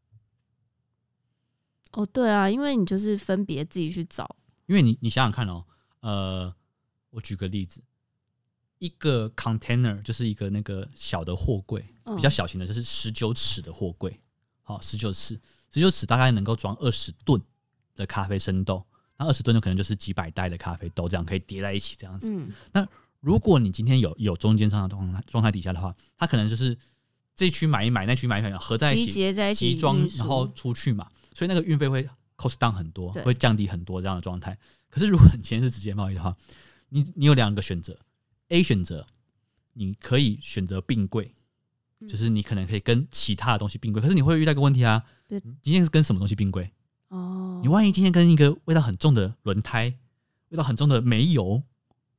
S2: 哦，对啊，因为你就是分别自己去找，
S1: 因为你你想想看哦，呃，我举个例子，一个 container 就是一个那个小的货柜，
S2: 嗯
S1: 比较小型的，就是十九尺的货柜，好，十九尺，十九尺大概能够装二十吨的咖啡生豆，那二十吨就可能就是几百袋的咖啡豆，这样可以叠在一起这样子。
S2: 嗯
S1: 如果你今天有有中间商的状态状态底下的话，他可能就是这区买一买，那区买一买，合在一
S2: 集
S1: 起
S2: 结在一起
S1: 集装
S2: 运，输
S1: 然后出去嘛。所以那个运费会 cost down 很多，
S2: 对
S1: 会降低很多这样的状态。可是如果你今天是直接贸易的话，你你有两个选择，A 选择你可以选择并柜，
S2: 嗯
S1: 就是你可能可以跟其他的东西并柜，可是你会遇到一个问题啊，
S2: 对
S1: 你今天是跟什么东西并柜？
S2: 哦，
S1: 你万一今天跟一个味道很重的轮胎、味道很重的煤油、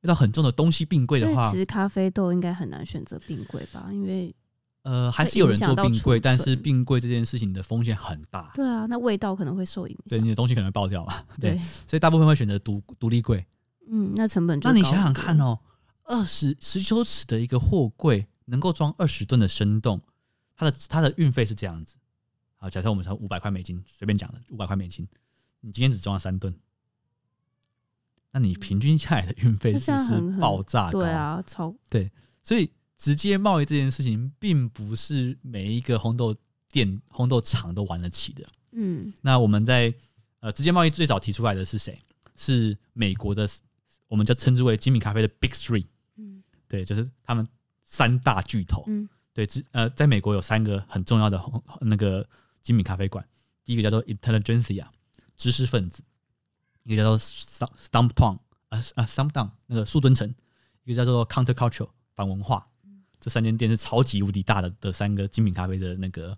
S1: 味道很重的东西并柜
S2: 所
S1: 的
S2: 以
S1: 话
S2: 其，实咖啡豆应该很难选择并柜吧，因为
S1: 呃，还是有人做
S2: 会
S1: 并
S2: 影响到
S1: 柜，
S2: 储
S1: 但是
S2: 存
S1: 并柜这件事情的风险很大，
S2: 对啊，那味道可能会受影
S1: 对
S2: 响。
S1: 你的东西可能会爆掉嘛，对，所以大部分会选择独独立柜。
S2: 嗯，那成本就
S1: 那你
S2: 高
S1: 想想
S2: 很
S1: 看
S2: 多，
S1: 哦，二十十九尺的一个货柜能够装二十吨的生冻，它的它的运费是这样子。好，假设我们才五百块美金，随便讲的五百块美金，你今天只装了三吨，那你平均下来的运费
S2: 那
S1: 是
S2: 这
S1: 不
S2: 样很
S1: 是
S2: 很
S1: 爆炸高？
S2: 对，啊，超
S1: 所以直接贸易这件事情，并不是每一个烘豆店、烘豆厂都玩得起的。
S2: 嗯
S1: 那我们在呃直接贸易最早提出来的是谁？是美国的，我们就称之为精品咖啡的 Big Three。
S2: 嗯
S1: 对，就是他们三大巨头。
S2: 嗯
S1: 对，之呃，在美国有三个很重要的红那个精品咖啡馆，第一个叫做 Intelligentsia，知识分子；一个叫做 Stump Stump Town，呃呃 Stump Town 那个树墩城；一个叫做 Counterculture 反文化。这三间店是超级无敌大的的三个精品咖啡的那个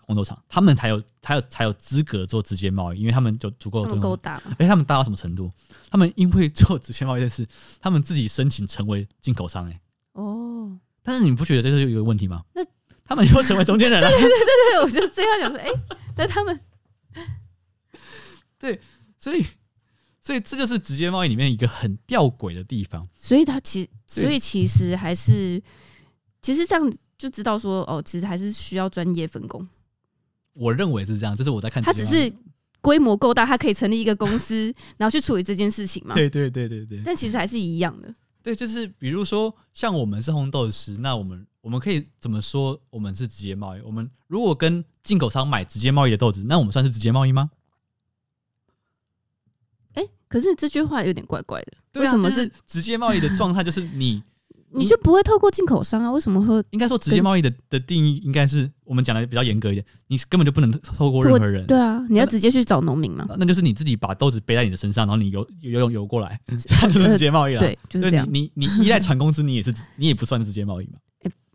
S1: 红豆厂，他们才有才有才有资格做直接贸易，因为他们就足够
S2: 他
S1: 的
S2: 们
S1: 推动
S2: 够大嘛，
S1: 哎、他们大到什么程度？他们因为做直接贸易这件事，他们自己申请成为进口商、哎，
S2: 哦，
S1: 但是你不觉得这就是有一个问题吗？
S2: 那
S1: 他们又成为中间人啊了，
S2: 对，我就这样想说，哎、但他们
S1: 所以，所以这就是直接贸易里面一个很吊诡的地方。
S2: 所以他其
S1: 对
S2: 所以其实还是，其实这样就知道说哦，其实还是需要专业分工。
S1: 我认为是这样，这是我在看直
S2: 他
S1: 接贸
S2: 只
S1: 易。
S2: 是规模够大，他可以成立一个公司，然后去处理这件事情嘛。
S1: 对对对对对
S2: 但其实还是一样的。
S1: 对，就是比如说，像我们是烘豆师，那我们我们可以怎么说？我们是直接贸易。我们如果跟进口商买直接贸易的豆子，那我们算是直接贸易吗？
S2: 哎、可是这句话有点怪怪的，
S1: 对啊
S2: 为什么
S1: 就是直接贸易的状态？就是你嗯
S2: 你就不会透过进口商啊？为什么会
S1: 应该说直接贸易的的定义，应该是我们讲的比较严格一点，你根本就不能透过任何人，
S2: 对啊？你要直接去找农民嘛？
S1: 那那就是你自己把豆子背在你的身上，然后你游游泳游过来，那就是直接贸易了。
S2: 嗯对，就是这样
S1: 所以。啊你你你依赖船公司，你也是你也不算直接贸易嘛？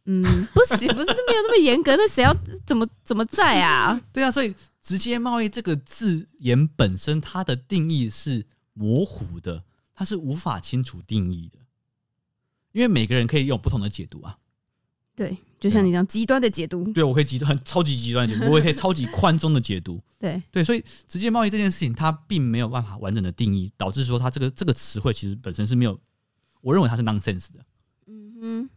S2: 嗯，不行，不是没有那么严格，那谁要怎么怎么在啊？
S1: 对啊，所以直接贸易这个字眼本身它的定义是模糊的，它是无法清楚定义的，因为每个人可以有不同的解读啊。
S2: 对，就像你这样极端的解读，
S1: 对，我可以极端很超级极端的解读，我也可以超级宽松的解读。
S2: 对，
S1: 对，所以直接贸易这件事情，它并没有办法完整的定义，导致说它这个这个词汇其实本身是没有，我认为它是 nonsense 的。
S2: 嗯哼，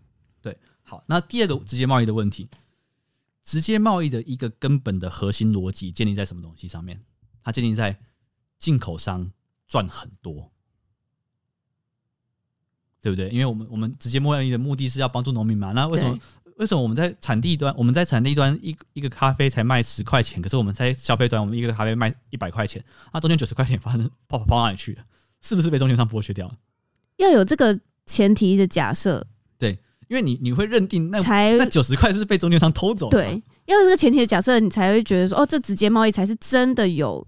S1: 好，那第二个直接贸易的问题，直接贸易的一个根本的核心逻辑建立在什么东西上面？它建立在进口商赚很多，对不对？因为我们我们直接贸易的目的是要帮助农民嘛，那为什么
S2: 对？
S1: 为什么我们在产地端，我们在产地端一一个咖啡才卖十块钱，可是我们在消费端，我们一个咖啡卖一百块钱，那中间九十块钱发生跑跑到哪里去了？是不是被中间商剥削掉了？
S2: 要有这个前提的假设，
S1: 因为你你会认定那
S2: 才
S1: 那九十块是被中间商偷走的嘛，
S2: 对，要有这个前提的假设，你才会觉得说，哦，这直接贸易才是真的有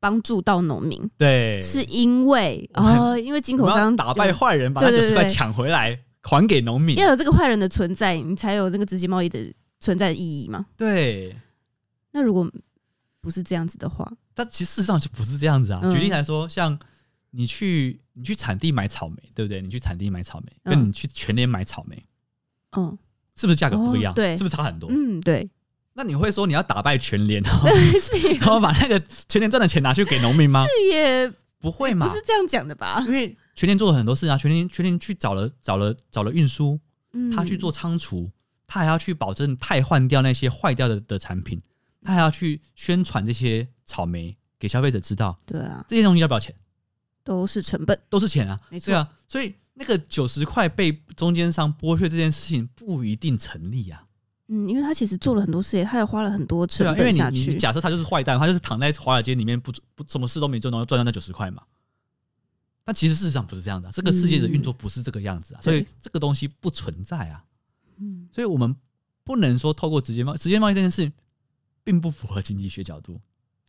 S2: 帮助到农民，
S1: 对，
S2: 是 因为
S1: 我们
S2: 哦，因为进
S1: 我
S2: 口
S1: 们要
S2: 商
S1: 打败
S2: 有
S1: 坏人，把那
S2: 对
S1: 九
S2: 对
S1: 十
S2: 对
S1: 块抢回来还给农民。
S2: 要有这个坏人的存在，你才有这个直接贸易的存在的意义嘛？
S1: 对，
S2: 那如果不是这样子的话，
S1: 但其实事实上就不是这样子啊。
S2: 嗯
S1: 举例来说，像你去你去产地买草莓，对不对？你去产地买草莓，
S2: 嗯
S1: 跟你去全联买草莓，哦
S2: 嗯
S1: 是不是价格不一样？
S2: 哦对
S1: 是不是差很多？
S2: 嗯，对，
S1: 那你会说你要打败全联，然后
S2: 是也
S1: 然后把那个全联赚的钱拿去给农民吗？
S2: 也
S1: 不会
S2: 不
S1: 嘛，
S2: 是这样讲的吧？
S1: 因为全联做了很多事啊，全联全联去找了找了找了运输，
S2: 嗯
S1: 他去做仓储，他还要去保证汰换掉那些坏掉的的产品，他还要去宣传这些草莓给消费者知道，
S2: 对啊，
S1: 这些东西要不要钱？
S2: 都是成本，
S1: 都是钱啊，
S2: 没错
S1: 对啊，所以那个九十块被中间商剥削这件事情不一定成立啊，
S2: 嗯，因为他其实做了很多事业，他也花了很多成
S1: 对啊，因为
S2: 本
S1: 你
S2: 下
S1: 你
S2: 去，
S1: 你假设他就是坏蛋，他就是躺在华尔街里面不不什么事都没做，然后赚到那九十块嘛。但其实事实上不是这样的啊、这个世界的运作不是这个样子啊，所以
S2: 嗯对
S1: 这个东西不存在啊。
S2: 嗯
S1: 所以我们不能说透过直接贸直接贸易这件事并不符合经济学角度，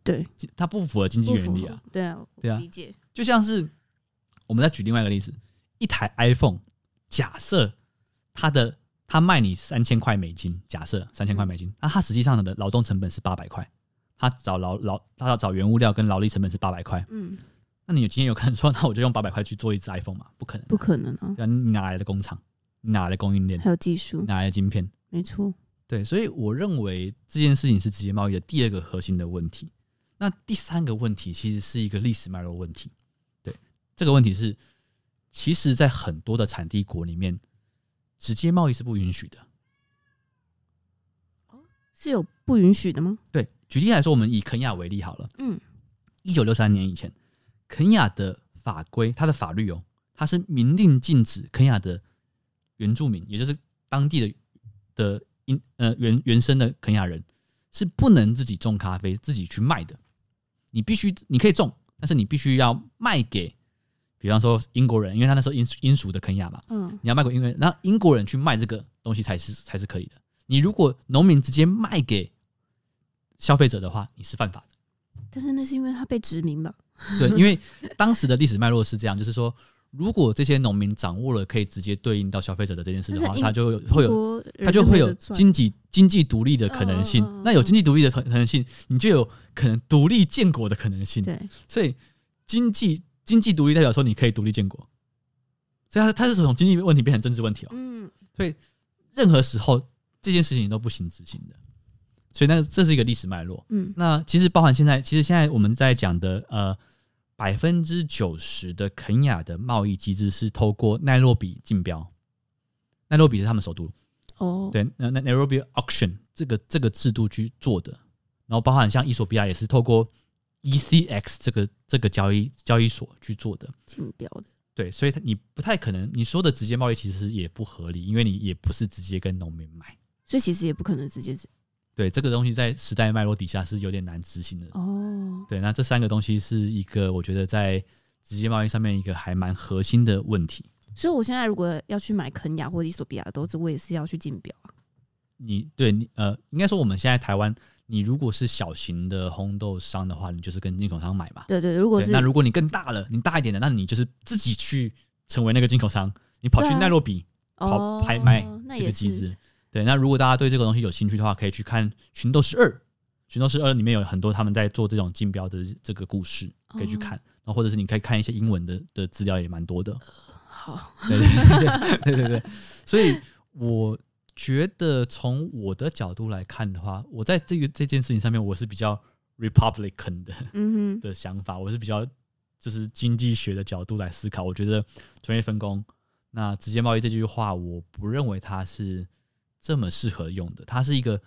S2: 对，
S1: 它不符合经济
S2: 不符
S1: 原理
S2: 合
S1: 啊。，
S2: 对啊，我
S1: 对啊
S2: 理解，
S1: 就像是我们再举另外一个例子，一台 iPhone，假设它的它卖你三千块美金，假设三千块
S2: 嗯
S1: 美金，那、它实际上的劳动成本是八百块，它找劳劳它要找原物料跟劳力成本是八百块，
S2: 嗯，
S1: 那你有今天有可能说， 那我就用八百块去做一只 iPhone 嘛？不可能，
S2: 不可能啊，
S1: 对啊，你哪来的工厂？你哪来的供应链？
S2: 还有技术，
S1: 哪来的晶片？
S2: 没错，
S1: 对，所以我认为这件事情是直接贸易的第二个核心的问题。那第三个问题其实是一个历史脉络问题。对，这个问题是，其实，在很多的产地国里面，直接贸易是不允许的。
S2: 是有不允许的吗？
S1: 对，举例来说，我们以肯亚为例好了。
S2: 嗯，
S1: 一九六三年以前，肯亚的法规，它的法律哦，它是明令禁止肯亚啊的原住民，也就是当地的的因呃原原生的肯亚人，是不能自己种咖啡，自己去卖的。你必须，你可以种，但是你必须要卖给，比方说英国人，因为他那时候英英属的肯亚嘛，
S2: 嗯，
S1: 你要卖给英国人，那英国人去卖这个东西才是才是可以的。你如果农民直接卖给消费者的话，你是犯法的。
S2: 但是那是因为他被殖民吧？
S1: 对，因为当时的历史脉络是这样，就是说，如果这些农民掌握了可以直接对应到消费者的这件事的话
S2: 但，是
S1: 他就有会有
S2: 有，
S1: 他就会有
S2: 金，
S1: 经济经济独立的可能性。
S2: 嗯嗯嗯嗯
S1: 那有经济独立的可可能性，你就有可能独立建国的可能性。
S2: 对，
S1: 所以经济经济独立代表说你可以独立建国，所以他他是从经济问题变成政治问题哦。
S2: 嗯，
S1: 任何时候这件事情都不行执行的，所以那这是一个历史脉络。
S2: 嗯，
S1: 那其实包含现在，其实现在我们在讲的，呃，百分之九十的肯雅的贸易机制是透过奈洛比竞标，奈洛比是他们首都，
S2: 哦，
S1: 对，那那 Nairobi Auction 这个这个制度去做的，然后包含像伊索比亚也是透过 ECX 这个这个交易交易所去做的，
S2: 竞标的，
S1: 对，所以它你不太可能你说的直接贸易其实也不合理，因为你也不是直接跟农民买，
S2: 所以其实也不可能直接殖
S1: 对，这个东西在时代脉络底下是有点难执行的，
S2: 哦，
S1: 对，那这三个东西是一个我觉得在直接贸易上面一个还蛮核心的问题。
S2: 所以我现在如果要去买肯雅或伊索比亚的豆子，我也是要去竞标啊。
S1: 你对你呃，应该说我们现在台湾，你如果是小型的烘豆商的话，你就是跟进口商买嘛。
S2: 对对，如果
S1: 对
S2: 是
S1: 那如果你更大了，你大一点的，那你就是自己去成为那个进口商，你跑去
S2: 对啊
S1: 奈洛比跑
S2: 哦
S1: 拍卖
S2: 那
S1: 这
S2: 也
S1: 个机
S2: 是
S1: 制。对，那如果大家对这个东西有兴趣的话，可以去看《寻豆师二》，《寻豆师二》里面有很多他们在做这种竞标的这个故事，可以去
S2: 哦
S1: 看。然后或者是你可以看一些英文的的资料，也蛮多的。
S2: 好，
S1: 对对对对对对，所以我觉得从我的角度来看的话，我在这个这件事情上面，我是比较 Republican 的
S2: 嗯哼，
S1: 的想法，我是比较就是经济学的角度来思考。我觉得专业分工，那直接贸易这句话，我不认为它是这么适合用的。它是一个，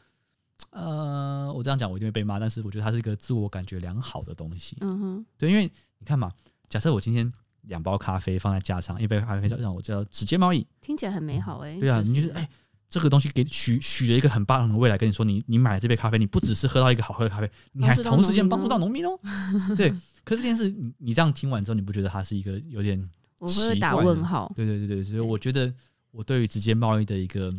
S1: 呃，我这样讲我一定会被骂，但是我觉得它是一个自我感觉良好的东西。
S2: 嗯哼，
S1: 对，因为你看嘛，假设我今天两包咖啡放在架上，一杯咖啡让我叫直接贸易，
S2: 听起来很美好哎、
S1: 对啊，你就是哎、这个东西给许许了一个很棒的未来，跟你说你你买了这杯咖啡，你不只是喝到一个好喝的咖啡，你还
S2: 帮助到
S1: 同时间
S2: 农
S1: 帮助
S2: 民
S1: 到农民哦。对，可是这件事你你这样听完之后，你不觉得它是一个有点
S2: 我会
S1: 奇
S2: 打
S1: 怪的
S2: 问号。
S1: 对对对对，所以我觉得我对于直接贸易的一个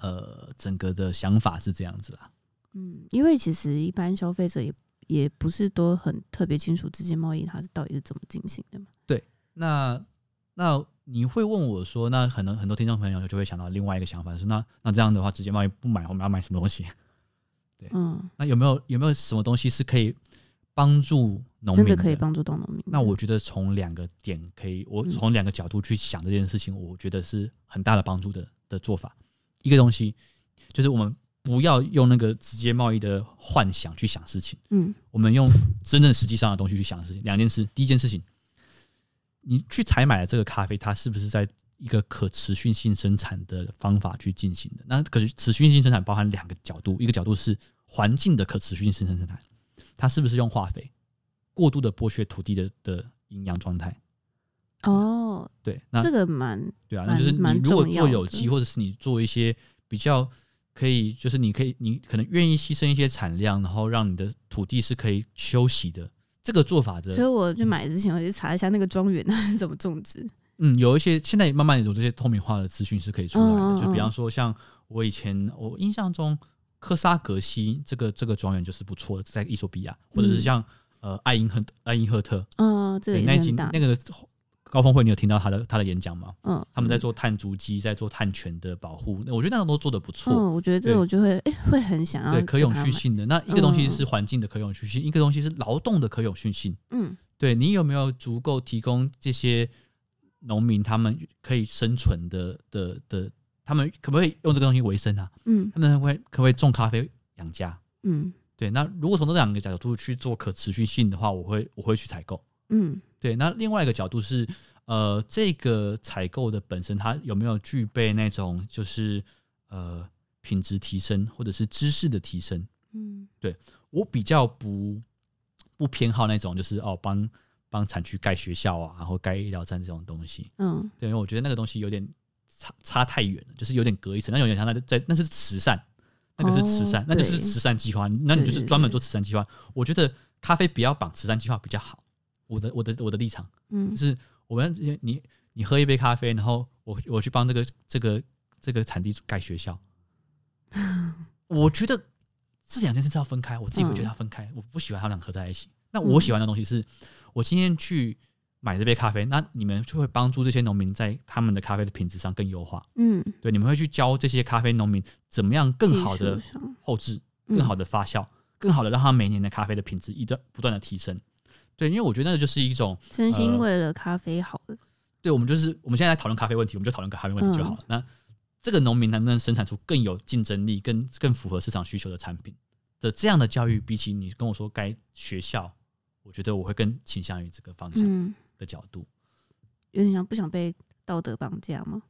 S1: 呃整个的想法是这样子啦。
S2: 嗯，因为其实一般消费者也也不是都很特别清楚直接贸易它是到底是怎么进行的嘛。
S1: 那那你会问我说，那很多很多听众朋友就会想到另外一个想法，说那那这样的话，直接贸易不买，我们要买什么东西？
S2: 嗯，
S1: 那有没有有没有什么东西是可以帮助农
S2: 真
S1: 民
S2: 的可以帮助到农民的。
S1: 那我觉得从两个点可以，我
S2: 嗯
S1: 从两个角度去想这件事情，我觉得是很大的帮助的的做法。一个东西就是我们不要用那个直接贸易的幻想去想事情，
S2: 嗯
S1: 我们用真正实际上的东西去想事情。两件事，第一件事情，你去采买的这个咖啡，它是不是在一个可持续性生产的方法去进行的？那可持续性生产包含两个角度，一个角度是环境的可持续性生产，它是不是用化肥过度的剥削土地的的营养状态？
S2: 哦，
S1: 对，嗯那
S2: 这个蛮
S1: 对啊，
S2: 蛮
S1: 那就是
S2: 蛮
S1: 你如果
S2: 重要
S1: 做有
S2: 的
S1: 机，或者是你做一些比较可以，就是你可以，你可能愿意牺牲一些产量，然后让你的土地是可以休息的。这个做法
S2: 所以
S1: 的，
S2: 我去买之前我就查一下那个庄园它是 怎么种植。
S1: 嗯，有一些现在慢慢有这些透明化的资讯是可以出来的。
S2: 嗯嗯
S1: 就比
S2: 嗯
S1: 方说，像我以前我印象中，科萨格西这个这个庄园就是不错的，在伊索比亚，或者
S2: 嗯
S1: 是像、呃爱因赫爱因赫特，
S2: 哦，这个
S1: 对
S2: 也
S1: 那一
S2: 是
S1: 集
S2: 很大
S1: 那，个高峰会，你有听到他的他的演讲吗？
S2: 嗯，
S1: 他们在
S2: 嗯。
S1: 做碳足迹，在做碳权的保护，那我觉得那种都做的不错。
S2: 嗯，我觉得这
S1: 对
S2: 种就会，哎、会很想要
S1: 对可永
S2: 跟他
S1: 续
S2: 买，
S1: 性的那一个东西
S2: 嗯
S1: 是环境的可永续性，一个东西是劳动的可永续性。
S2: 嗯
S1: 对你有没有足够提供这些农民他们可以生存的的的，他们可不可以用这个东西为生啊？
S2: 嗯
S1: 他们会可不可以种咖啡养家？
S2: 嗯
S1: 对，那如果从这两个角度去做可持续性的话，我会我会去采购。
S2: 嗯
S1: 对，那另外一个角度是，呃，这个采购的本身它有没有具备那种就是呃品质提升或者是知识的提升？
S2: 嗯
S1: 我比较不不偏好那种就是哦帮帮产区盖学校啊，然后盖医疗站这种东西。
S2: 嗯
S1: 对，因为我觉得那个东西有点差差太远了，就是有点隔一层，那有点像那在那是慈善，那个是慈善，
S2: 哦
S1: 那就是
S2: 对
S1: 慈善计划，那你就
S2: 对
S1: 是
S2: 对
S1: 专门
S2: 对
S1: 做慈善计划。我觉得咖啡不要绑慈善计划比较好，我的我的我的立场。就
S2: 嗯
S1: 是我们你你喝一杯咖啡，然后我我去帮这个这个这个产地盖学 校，我觉得这两件事是要分开，我自己会觉得
S2: 嗯
S1: 要分开，我不喜欢他们俩合在一起。那我喜欢的东西是，我今天去买这杯咖啡，那你们就会帮助这些农民在他们的咖啡的品质上更优化，
S2: 嗯，
S1: 对，你们会去教这些咖啡农民怎么样更好
S2: 技
S1: 的
S2: 术上嗯
S1: 后置，更好的发酵，更好的让他每年的咖啡的品质一段不断的提升。对，因为我觉得那就是一种
S2: 真心
S1: 呃
S2: 为了咖啡好的，
S1: 对，我们就是我们现在在讨论咖啡问题，我们就讨论咖啡问题就好了。
S2: 嗯
S1: 那这个农民能不能生产出更有竞争力、更更符合市场需求的产品的这样的教育，比起你跟我说该学校，我觉得我会更倾向于这个方向
S2: 嗯，
S1: 的角度。
S2: 有点像不想被道德绑架吗？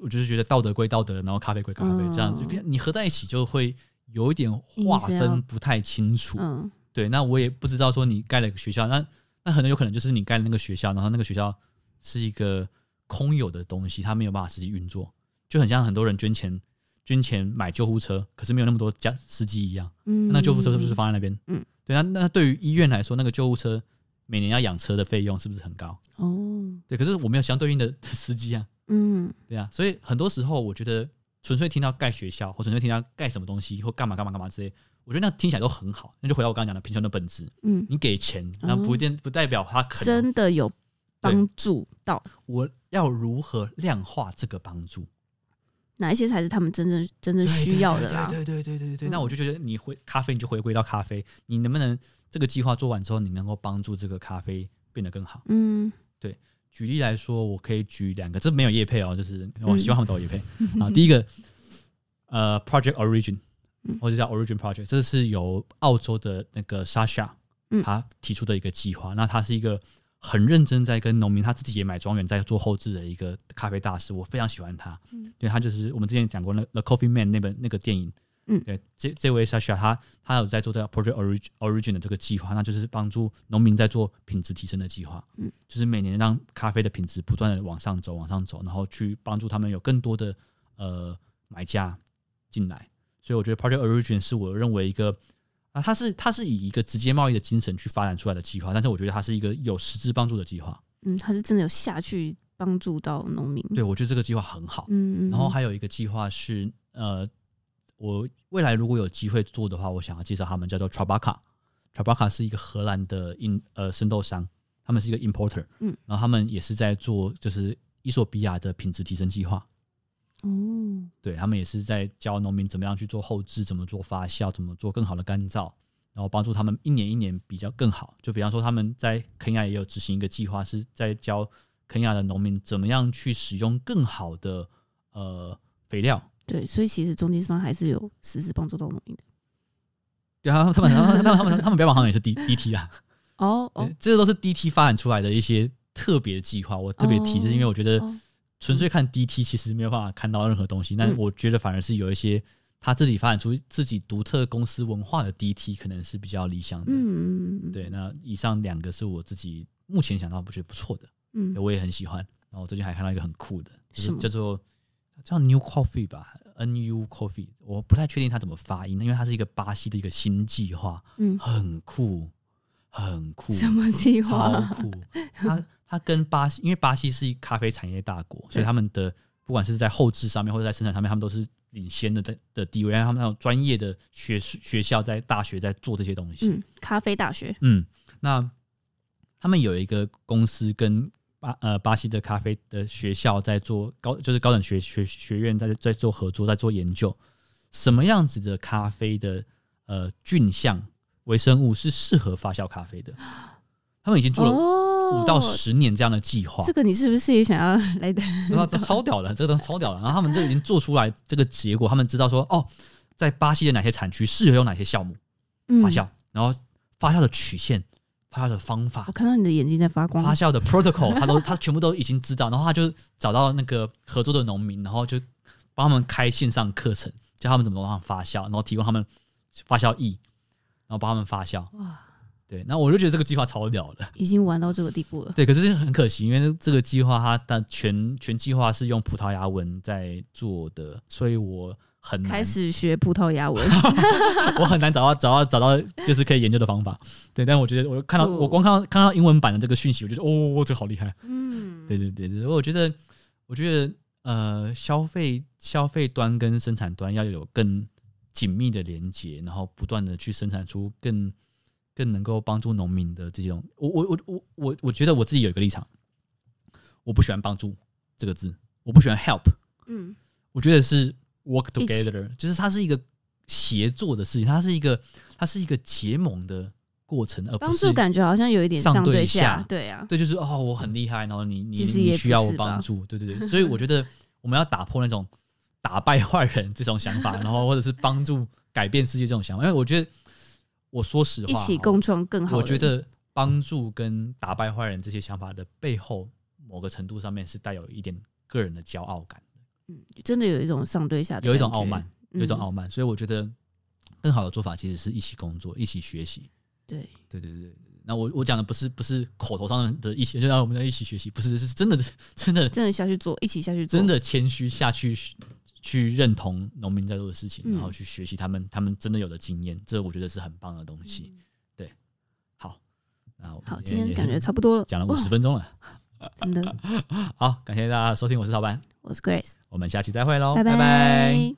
S1: 我就是觉得道德归道德，然后咖啡归咖啡，
S2: 嗯
S1: 这样子变你合在一起就会有一点划
S2: 硬是要
S1: 分不太清楚。
S2: 嗯
S1: 对，那我也不知道说你盖了个学校，那那很有可能就是你盖了那个学校，然后那个学校是一个空有的东西，它没有办法实际运作，就很像很多人捐钱捐钱买救护车，可是没有那么多家司机一样，
S2: 嗯，
S1: 那救护车是不是放在那边？
S2: 嗯，
S1: 对，那那对于医院来说，那个救护车每年要养车的费用是不是很高？
S2: 哦，
S1: 对，可是我没有相对应的 的司机啊，
S2: 嗯
S1: 对啊，所以很多时候我觉得纯粹听到盖学校或纯粹听到盖什么东西或干嘛干嘛干嘛之类，我觉得那听起来都很好，那就回到我刚刚讲的贫穷的本质。
S2: 嗯，
S1: 你给钱，
S2: 哦
S1: 那不一定不代表他可能
S2: 真的有帮助到
S1: 我要如何量化这个帮助，
S2: 哪一些才是他们真正真正需要的啦？
S1: 对对对对对对对
S2: 嗯
S1: 那我就觉得你回咖啡，你就回归到咖啡，你能不能这个计划做完之后，你能够帮助这个咖啡变得更好？
S2: 嗯
S1: 举例来说，我可以举两个，这没有业配哦，就是我
S2: 嗯
S1: 希望他们都有 业配、啊。第一个，呃，Project Origin，
S2: 嗯
S1: 或者叫 Origin Project，这是由澳洲的那个 Sasha
S2: 嗯
S1: 他提出的一个计划。那他是一个很认真在跟农民，他自己也买庄园在做后置的一个咖啡大师，我非常喜欢他。
S2: 嗯
S1: 对他就是我们之前讲过那《The Coffee Man》那本那个电影。
S2: 嗯
S1: 对，这这位 Sasha 他他有在做这个 Project Origin Origin 的这个计划，那就是帮助农民在做品质提升的计划。就是每年让咖啡的品质不断的往上走，往上走，然后去帮助他们有更多的呃买家进来。所以我觉得 Project Origin 是我认为一个啊，它是它是以一个直接贸易的精神去发展出来的计划，但是我觉得它是一个有实质帮助的计划。
S2: 嗯，他是真的有下去帮助到农民，
S1: 对我觉得这个计划很好。
S2: 嗯，嗯，
S1: 然后还有一个计划是呃，我未来如果有机会做的话，我想要介绍他们叫做 Trabaca。Trabaca 是一个荷兰的印呃生豆商，他们是一个 importer，
S2: 嗯，
S1: 然后他们也是在做就是伊索比亚的品质提升计划，
S2: 嗯
S1: 对他们也是在教农民怎么样去做后置，怎么做发酵，怎么做更好的干燥，然后帮助他们一年一年比较更好。就比方说他们在肯亚也有执行一个计划，是在教肯亚的农民怎么样去使用更好的呃肥料，
S2: 哦，对，所以其实中间商还是有实质帮助到农民的。
S1: 对啊，他们他们他们他们他们标榜好像也是 D D T 啊，
S2: 哦哦
S1: 对这都是 D T 发展出来的一些特别的计划。我特别提，
S2: 哦
S1: 是因为我觉得
S2: 哦，
S1: 纯粹看 D T 其实没有办法看到任何东西，但
S2: 嗯
S1: 我觉得反而是有一些他自己发展出自己独特公司文化的 D T 可能是比较理想的。
S2: 嗯，
S1: 对，那以上两个是我自己目前想到我觉得不错的，
S2: 嗯
S1: 对，我也很喜欢。然后我最近还看到一个很酷的，就
S2: 什
S1: 是
S2: 么
S1: 叫做叫 New Coffee 吧，N U Coffee，我不太确定它怎么发音，因为它是一个巴西的一个新计划。
S2: 嗯，
S1: 很酷，很酷，
S2: 什么啊计
S1: 超
S2: 划？
S1: 酷。它它跟巴西，因为巴西是一咖啡产业大国，所以他们的不管是在后置上面或者在生产上面，他们都是领先的的的地位，让他们那种专业的学术学校在大学在做这些东西。
S2: 嗯，咖啡大学，
S1: 嗯，那他们有一个公司跟巴呃巴西的咖啡的学校在做高，就是高等学学学院在在做合作，在做研究，什么样子的咖啡的呃菌相微生物是适合发酵咖啡 的？他们已经做了
S2: 哦，
S1: 五到十年这样的计划，
S2: 这个你是不是也想要来的？
S1: 那这超屌的，这个东西超屌的。然后他们就已经做出来这个结果，他们知道说哦，在巴西的哪些产区适合用哪些酵母
S2: 嗯
S1: 发酵，然后发酵的曲线、发酵的方法
S2: 我、看到你的眼睛在发光
S1: 发，酵的 protocol，他都 他全部都已经知道，然后他就找到那个合作的农民，然后就帮他们开线上课程，教他们怎么样发酵，然后提供他们发酵液，然后帮他们发酵。
S2: 哇，
S1: 对，那我就觉得这个计划超屌 的。
S2: 已经玩到这个地步了。
S1: 对，可是很可惜，因为这个计划它的全全计划是用葡萄牙文在做的，所以我很难
S2: 开始学葡萄牙文，
S1: 我很难找到找到找到就是可以研究的方法。对，但我觉得我看到、
S2: 哦
S1: 我光看到看到英文版的这个讯息，我就觉得哦，这个好厉害。
S2: 嗯，
S1: 对对对对，我觉得我觉得呃，消费消费端跟生产端要有更紧密的连接，然后不断的去生产出更更能够帮助农民的这种。我我我我我我觉得我自己有一个立场，我不喜欢帮助这个字，我不喜欢 help，
S2: 嗯，
S1: 我觉得是 work
S2: 一起
S1: together，就是它是一个协作的事情，它是一个它是一个结盟的过程，而
S2: 帮
S1: 不
S2: 助
S1: 是。
S2: 感觉好像有一点
S1: 上对
S2: 对
S1: 下
S2: 对啊，
S1: 对，就是哦，我很厉害，然后你你
S2: 其实
S1: 你
S2: 也
S1: 需
S2: 不
S1: 要我
S2: 是吧
S1: 帮助，对对对，所以我觉得我们要打破那种打败坏人这种想法，然后或者是帮助改变世界这种想法，因为我觉得我说实话，哦
S2: 一起共创更好
S1: 我
S2: 的。
S1: 觉得帮助跟打败坏人这些想法的背后，某个程度上面是带有一点个人的骄傲感，
S2: 真的有一种上对下的感觉，
S1: 有一种傲慢，
S2: 嗯，
S1: 有一种傲慢，所以我觉得更好的做法其实是一起工作，一起学习，
S2: 对，
S1: 对对对对。对那我我讲的不是不是口头上的一起，就让啊我们在一起学习，不是是真的真的
S2: 真的下去做，一起下去做，
S1: 真的谦虚下去去认同农民在做的事情，
S2: 哦嗯
S1: 然后去学习他们他们真的有的经验，这我觉得是很棒的东西。对，好，那我们
S2: 嗯好，今天
S1: 也
S2: 感觉差不多了，
S1: 讲了
S2: 哇
S1: 五十，分钟了，
S2: 真的，
S1: 好，感谢大家收听，我是老板，
S2: 我是 Grace，
S1: 我们下期再会喽，
S2: 拜
S1: 拜